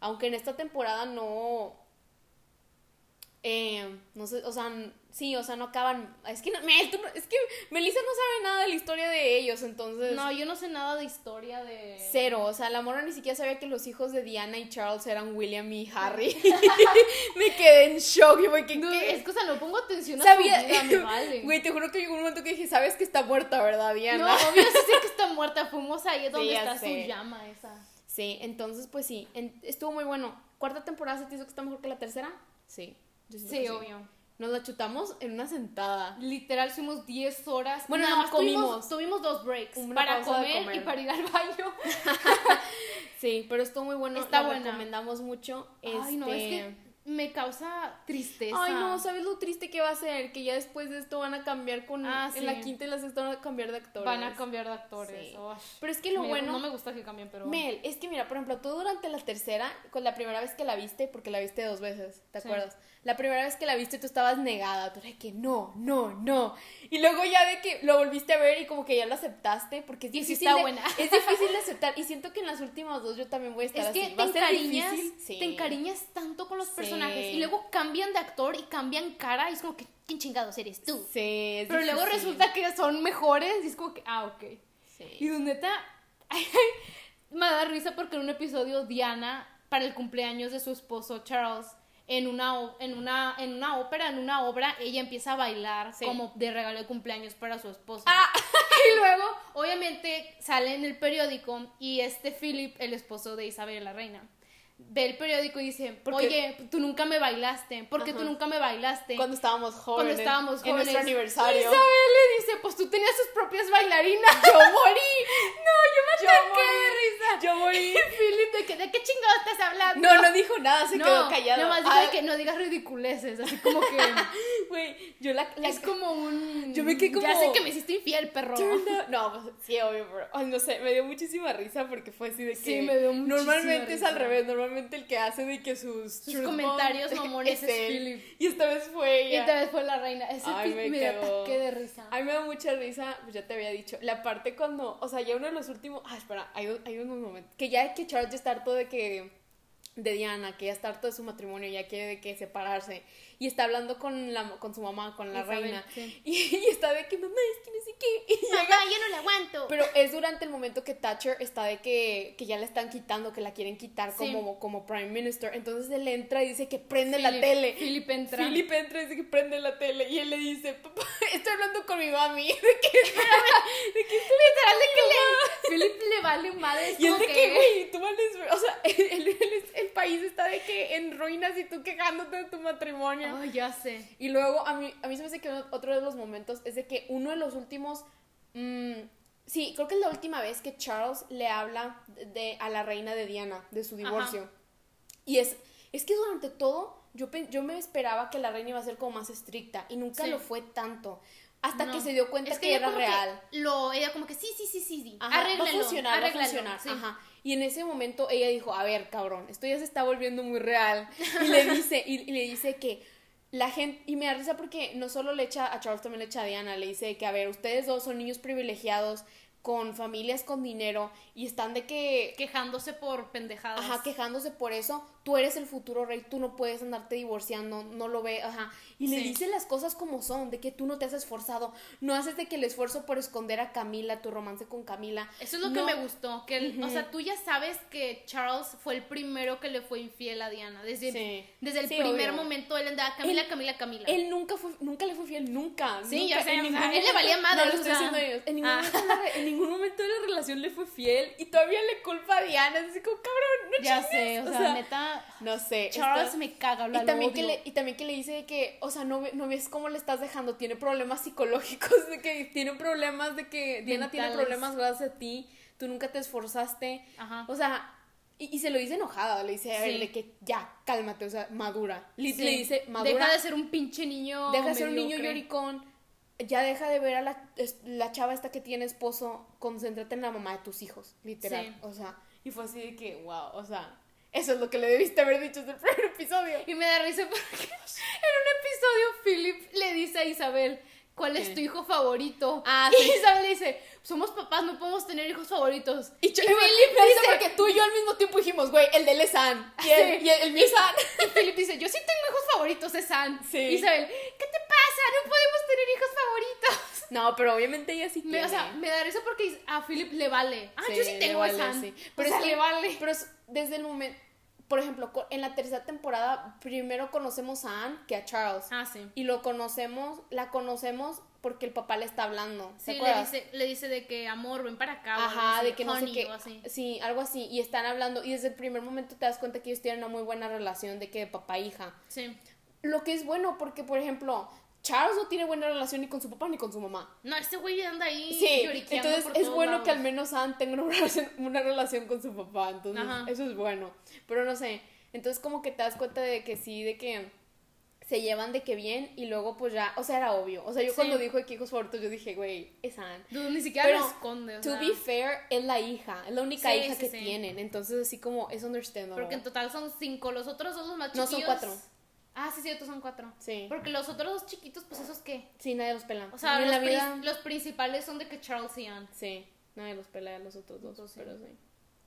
Aunque en esta temporada no eh, no sé, o sea, n- sí, o sea, no acaban, es que no- Mel, tú no- es que Melissa no sabe nada de la historia de ellos, entonces No, yo no sé nada de historia de... Cero, o sea, la mora ni siquiera sabía que los hijos de Diana y Charles eran William y Harry. me quedé en shock, y güey, que No, ¿qué? es que, o sea, no pongo atención a Sabía, su vida, me vale. güey, te juro que llegó un momento que dije, sabes que está muerta, ¿verdad, no, Diana? obvio sí sé que está muerta. Fuimos ahí donde Sí, ya está sé. su llama esa. Sí, entonces, pues sí, en- estuvo muy bueno. ¿Cuarta temporada se te hizo que está mejor que la tercera? Sí. yo Sí, siento que obvio. Nos la chutamos en una sentada. Literal, fuimos 10 horas. Bueno, nada no, más tuvimos- comimos. Tuvimos, dos breaks. Una para pausa de comer, comer. y para ir al baño. Sí, pero estuvo muy bueno. Está la buena. recomendamos mucho. Ay, no, es que este- me causa tristeza. Ay, no, ¿sabes lo triste que va a ser? Que ya después de esto van a cambiar con... Ah, En la sí. quinta y la sexta van a cambiar de actores. Van a cambiar de actores. Sí. Ay. Pero es que lo Me- bueno... No me gusta que cambien, pero. Mel, es que mira, por ejemplo, tú durante la tercera, con la primera vez que la viste, porque la viste dos veces, ¿te Sí. acuerdas? La primera vez que la viste tú estabas negada, tú eras de que no, no, no. Y luego ya de que lo volviste a ver y como que ya lo aceptaste porque es Y sí difícil, está de- buena. es difícil de aceptar y siento que en las últimas dos yo también voy a estar Es que así. te Va a ser encariñas, difícil. Sí. te encariñas tanto con los Sí. personajes y luego cambian de actor y cambian cara y es como que, ¿quién chingados eres tú? Sí, es Pero luego difícil. resulta que son mejores y es como que, ah, ok. Y Sí. donde neta, me da risa porque en un episodio Diana, para el cumpleaños de su esposo Charles, en una, o- en una, en una ópera, en una obra, ella empieza a bailar Sí. como de regalo de cumpleaños para su esposo. Ah. Y luego, obviamente, sale en el periódico y este Philip, el esposo de Isabel la reina, ve el periódico y dice, ¿Por qué? oye, tú nunca me bailaste, ¿por qué tú Ajá. nunca me bailaste? Cuando estábamos jóvenes. Cuando estábamos En jóvenes. nuestro aniversario. Isabel le dice, pues tú tenías tus propias bailarinas. Yo morí. No, yo me ataqué de risa. Yo morí. Y Philip, ¿de qué, de qué chingados estás hablando? No, no dijo nada, se No, quedó callado. Nomás dijo Ah, de que no digas ridiculeces, así como que Güey, yo la, la es como un Yo me quedé como- Ya sé que me hiciste infiel, perro. Turned down- No, pues, sí, obvio, pero ay, no sé, me dio muchísima risa porque fue así de que. Sí, me dio muchísima Normalmente es al risa. revés, normalmente el que hace de que sus. Sus truth comentarios bombs mamones es él. Philip. Y esta vez fue Y ella. otra vez fue la reina. Ese Ay, pi- me me, cagó. ataqué de risa. A mí me da mucha risa, pues ya te había dicho. La parte cuando, o sea, ya uno de los últimos. Ah, espera, hay, un- hay unos momentos. Que ya es que Charles ya está harto de que. De Diana, que ya está harto de su matrimonio, ya quiere de que separarse. Y está hablando con, la, con su mamá, con la Isabel, reina. sí. Y, y está de que mamá, es que no sé qué. Y llega Mamá, yo no la aguanto. pero es durante el momento que Thatcher está de que, que ya la están quitando, que la quieren quitar Sí. como, como Prime Minister. Entonces él entra y dice que prende la Philip- tele. Philip entra. Philip entra y dice que prende la tele. Y él le dice, papá, estoy hablando con mi mami. De que, de que estoy Literal de que le, Philip le vale madre. es y él como de que, güey, tú vales. O sea, el, el- el país está de que en ruinas y tú quejándote de tu matrimonio. Ay, ya sé. Y luego a mí, a mí se me hace que uno- otro de los momentos es de que uno de los últimos... mm, sí, creo que es la última vez que Charles le habla de, de- a la reina de Diana, de su divorcio. Y es, es que durante todo yo, pen- yo me esperaba que la reina iba a ser como más estricta y nunca Sí. lo fue tanto. Hasta No. que se dio cuenta Es que, ella era como que real. lo, ella como que sí, sí, sí, sí, sí. Ajá, arréglalo, va a funcionar, va a arréglalo, funcionar. sí. Ajá. Y en ese momento ella dijo, a ver, cabrón, esto ya se está volviendo muy real. Y le dice, y, y le dice que la gente, y me da risa porque no solo le echa a Charles, también le echa a Diana, le dice que, a ver, ustedes dos son niños privilegiados, con familias con dinero, y están de que, Quejándose por pendejadas. ajá, quejándose por eso, tú eres el futuro rey, tú no puedes andarte divorciando, no lo ve, ajá. Y le Sí. dice las cosas como son, de que tú no te has esforzado, no haces de que el esfuerzo por esconder a Camila, tu romance con Camila. Eso es lo no- que me gustó. Que el- O sea, tú ya sabes que Charles fue el primero que le fue infiel a Diana. Desde, el- Sí. desde el Sí, primer obvio. momento él andaba Camila, Él- Camila, Camila. Él nunca fue, nunca le fue fiel, nunca. Sí, nunca, ya sé, en o sea, ningún él le valía madre, No, lo o estoy sea. diciendo yo. En ningún, Ah. momento, de la re- en ningún momento de la relación le fue fiel y todavía le culpa a Diana. Así como, cabrón, no ya chingues. sé, o sea, neta. no sé. Charles está- me caga, lo este, y también, odio. que le, y también que le dice que, o sea, no, ve- no ves cómo le estás dejando, tiene problemas psicológicos, de que tiene problemas, de que Diana tiene Mentales. problemas gracias a ti, tú nunca te esforzaste, Ajá. o sea, y, y se lo dice enojada, le dice, a ver, Sí. de que ya, cálmate, o sea, madura, le, Sí. le dice, madura, Deja de ser un pinche niño. deja de ser un niño mediocre. lloricón, ya deja de ver a la, es- la chava esta que tiene esposo, concéntrate en la mamá de tus hijos, literal. Sí. O sea, y fue así de que, wow, o sea, eso es lo que le debiste haber dicho desde el primer episodio. Y me da risa porque en un episodio Philip le dice a Isabel, ¿cuál ¿Qué? es tu hijo favorito? Ah, y sí. Isabel le dice, somos papás, no podemos tener hijos favoritos. Y, yo, y Philip porque tú y yo al mismo tiempo dijimos, güey, el de él es San. Y el, Ah, Sí. y el, el mío es San. Y Philip dice, yo sí tengo hijos favoritos, es Anne. Sí. Isabel, ¿qué te pasa? No podemos tener hijos favoritos. No, pero obviamente ella sí Me- o sea, me da risa porque a Philip le vale. Ah, yo sí le tengo vale, a Anne. sí. Pero Pero o sea, es que- le vale. Pero es- desde el momento, por ejemplo, co- en la tercera temporada, primero conocemos a Anne que a Charles. Ah, sí. Y lo conocemos, la conocemos porque el papá le está hablando. ¿Se Sí, le acuerdas? dice, le dice de que amor, ven para acá. o algo Ajá, así, de que no sé honey, qué. o así. Sí, algo así. Y están hablando. Y desde el primer momento te das cuenta que ellos tienen una muy buena relación de que de papá e hija. Sí. Lo que es bueno porque, por ejemplo, Charles no tiene buena relación ni con su papá ni con su mamá. No, este güey anda ahí Sí, lloriqueando entonces por es todos bueno que al lados. menos Anne tenga una relación, una relación con su papá. Entonces, Ajá. eso es bueno. Pero no sé. Entonces, como que te das cuenta de que sí, de que se llevan de que bien y luego, pues ya, o sea, era obvio. O sea, yo Sí. cuando dijo de que hijos favoritos, yo dije, güey, es Anne. Dude, ni siquiera Pero, lo esconde. o To sea, be fair, es la hija, es la única Sí, hija sí, que sí. tienen. Entonces, así como es understandable. porque en total son cinco. Los otros dos los más No, chiquillos. son cuatro. Ah, sí, cierto, son cuatro. Sí. Porque los otros dos chiquitos, pues esos qué. Sí, nadie los pela. O sea, Ni en los, la pri- vida. los principales son de que Charles y Anne. Sí, nadie los pelea a los otros dos. Entonces, pero sí.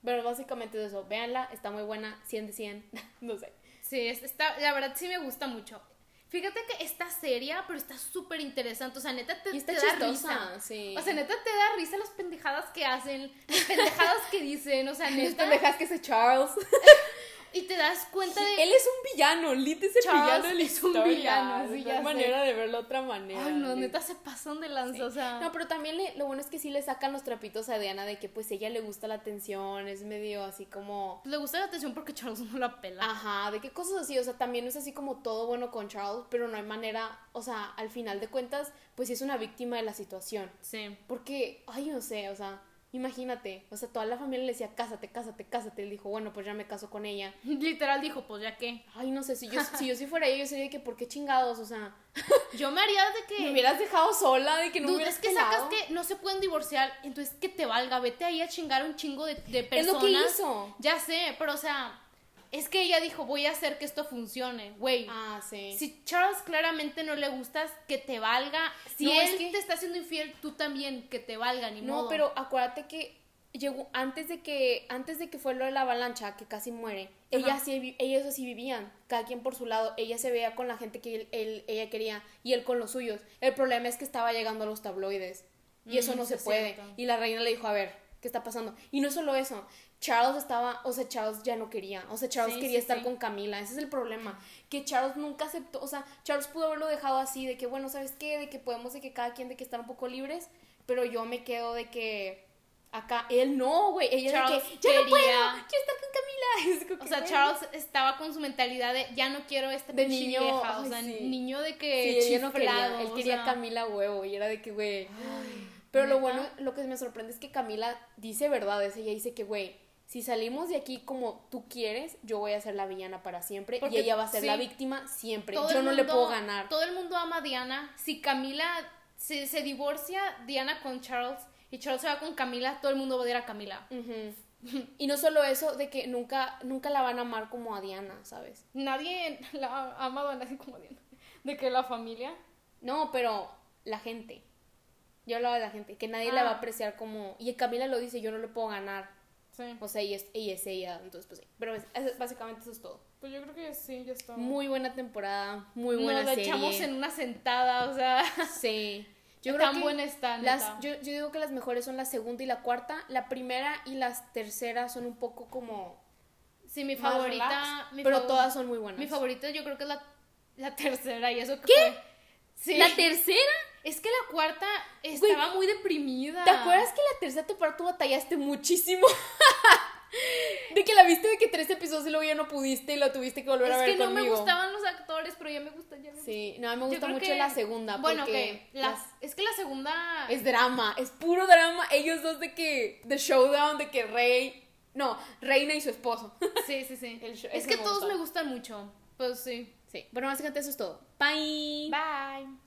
Pero básicamente es eso. Véanla, está muy buena. 100 de 100. no sé. Sí, es- está, la verdad sí me gusta mucho. Fíjate que está seria, pero está súper interesante. O sea, neta te, Y está te da chistosa. risa. Sí. O sea, neta te da risa las pendejadas que hacen, las pendejadas que dicen, o sea, Las neta. pendejadas que ese Charles. Y te das cuenta de... Él es un villano. Lit es el Charles villano de la es un historia. villano, sí, no ya hay sé. manera de verlo de otra manera. Ay, no, Lit. neta se pasan de lanza, Sí. o sea... No, pero también le- lo bueno es que sí le sacan los trapitos a Diana de que pues ella le gusta la atención, es medio así como... Le gusta la atención porque Charles no la pela. Ajá, de qué cosas así, o sea, también no es así como todo bueno con Charles, pero no hay manera, o sea, al final de cuentas, pues sí es una víctima de la situación. Sí. Porque, ay, no sé, o sea, imagínate, o sea, toda la familia le decía, cásate, cásate, cásate, él dijo, bueno, pues ya me caso con ella. Literal dijo, pues ya qué. Ay, no sé, si yo, si yo sí fuera ella, yo sería de que, ¿por qué chingados? O sea, Yo me haría de que... me hubieras dejado sola, de que no me Dude, hubieras es que pelado. sacas que no se pueden divorciar, entonces que te valga, vete ahí a chingar a un chingo de, de Es lo personas. que hizo. Ya sé, pero o sea, es que ella dijo, voy a hacer que esto funcione, güey. Ah, sí. Si Charles claramente no le gustas, que te valga. Si No, él es que- te está haciendo infiel, tú también, que te valga, ni No, modo. pero acuérdate que llegó antes de que antes de que fue lo de la avalancha que casi muere. Ella sí vi- ellos así vivían, cada quien por su lado. Ella se veía con la gente que él, él- ella quería y él con los suyos. El problema es que estaba llegando a los tabloides y eso Mm, no sí se es puede. cierto. Y la reina le dijo, "A ver, ¿qué está pasando?" Y no solo eso, Charles estaba, o sea, Charles ya no quería, o sea, Charles Sí, quería sí, estar sí. con Camila, ese es el problema, que Charles nunca aceptó, o sea, Charles pudo haberlo dejado así, de que bueno, ¿sabes qué? De que podemos, de que cada quien, de que estar un poco libres, pero yo me quedo de que acá, él no, güey, ella Charles de que, ya no puedo, quería- quiero estar con Camila, Es como O que, sea, güey, Charles estaba con su mentalidad de ya no quiero este De pinche niño, vieja", ay, o sea, sí. niño de sí, que ella no chiflado, quería, él o quería sea, Camila huevo, y era de que, güey, pero lo ¿neta? bueno, lo que me sorprende es que Camila dice verdades, ella dice que, güey, si salimos de aquí como tú quieres, yo voy a ser la villana para siempre Porque- y ella va a ser sí. la víctima siempre. todo yo el no le mundo- puedo ganar. Todo el mundo ama a Diana. Si Camila se, se divorcia, Diana con Charles y Charles se va con Camila, todo el mundo va a ir a Camila. Mm. Ujú. Y no solo eso, de que nunca, nunca la van a amar como a Diana, ¿sabes? Nadie la ha amado a nadie como Diana. De que la familia. No, pero la gente. Yo hablaba de la gente, que nadie la Ah. va a apreciar como... Y Camila lo dice, yo no le puedo ganar. Sí. O sea, ella es, ella es ella, entonces pues sí. Pero es- es- básicamente eso es todo. Pues yo creo que sí, ya está. Muy buena temporada, muy Ah. Nos buena la serie. echamos en una sentada, o sea. Sí. Yo tan creo que buena está, neta. las, yo, yo digo que las mejores son la segunda y la cuarta. La primera y las terceras son un poco como... Sí, mi más favorita. relax, mi pero favor- todas son muy buenas. Mi favorita yo creo que es la, la tercera y eso que ¿Qué? fue- Sí. ¿La tercera? es que la cuarta estaba muy deprimida. ¿Te acuerdas que la tercera temporada tú batallaste muchísimo? de que la viste de que tres episodios y luego ya no pudiste y lo tuviste que volver a Es ver que no me conmigo. gustaban los actores, pero ya me gusta. Ya me gusta. Sí, no, a mí me Yo gusta creo mucho que- la segunda. Bueno, porque que la- las- es que la segunda. Es drama, es puro drama. Ellos dos de que. The Showdown, de que Rey. No, Reina y su esposo. Sí, sí, sí. El show- es ese que me todos gusta. me gustan mucho. Pues sí. sí, bueno, básicamente eso es todo. Bye. Bye.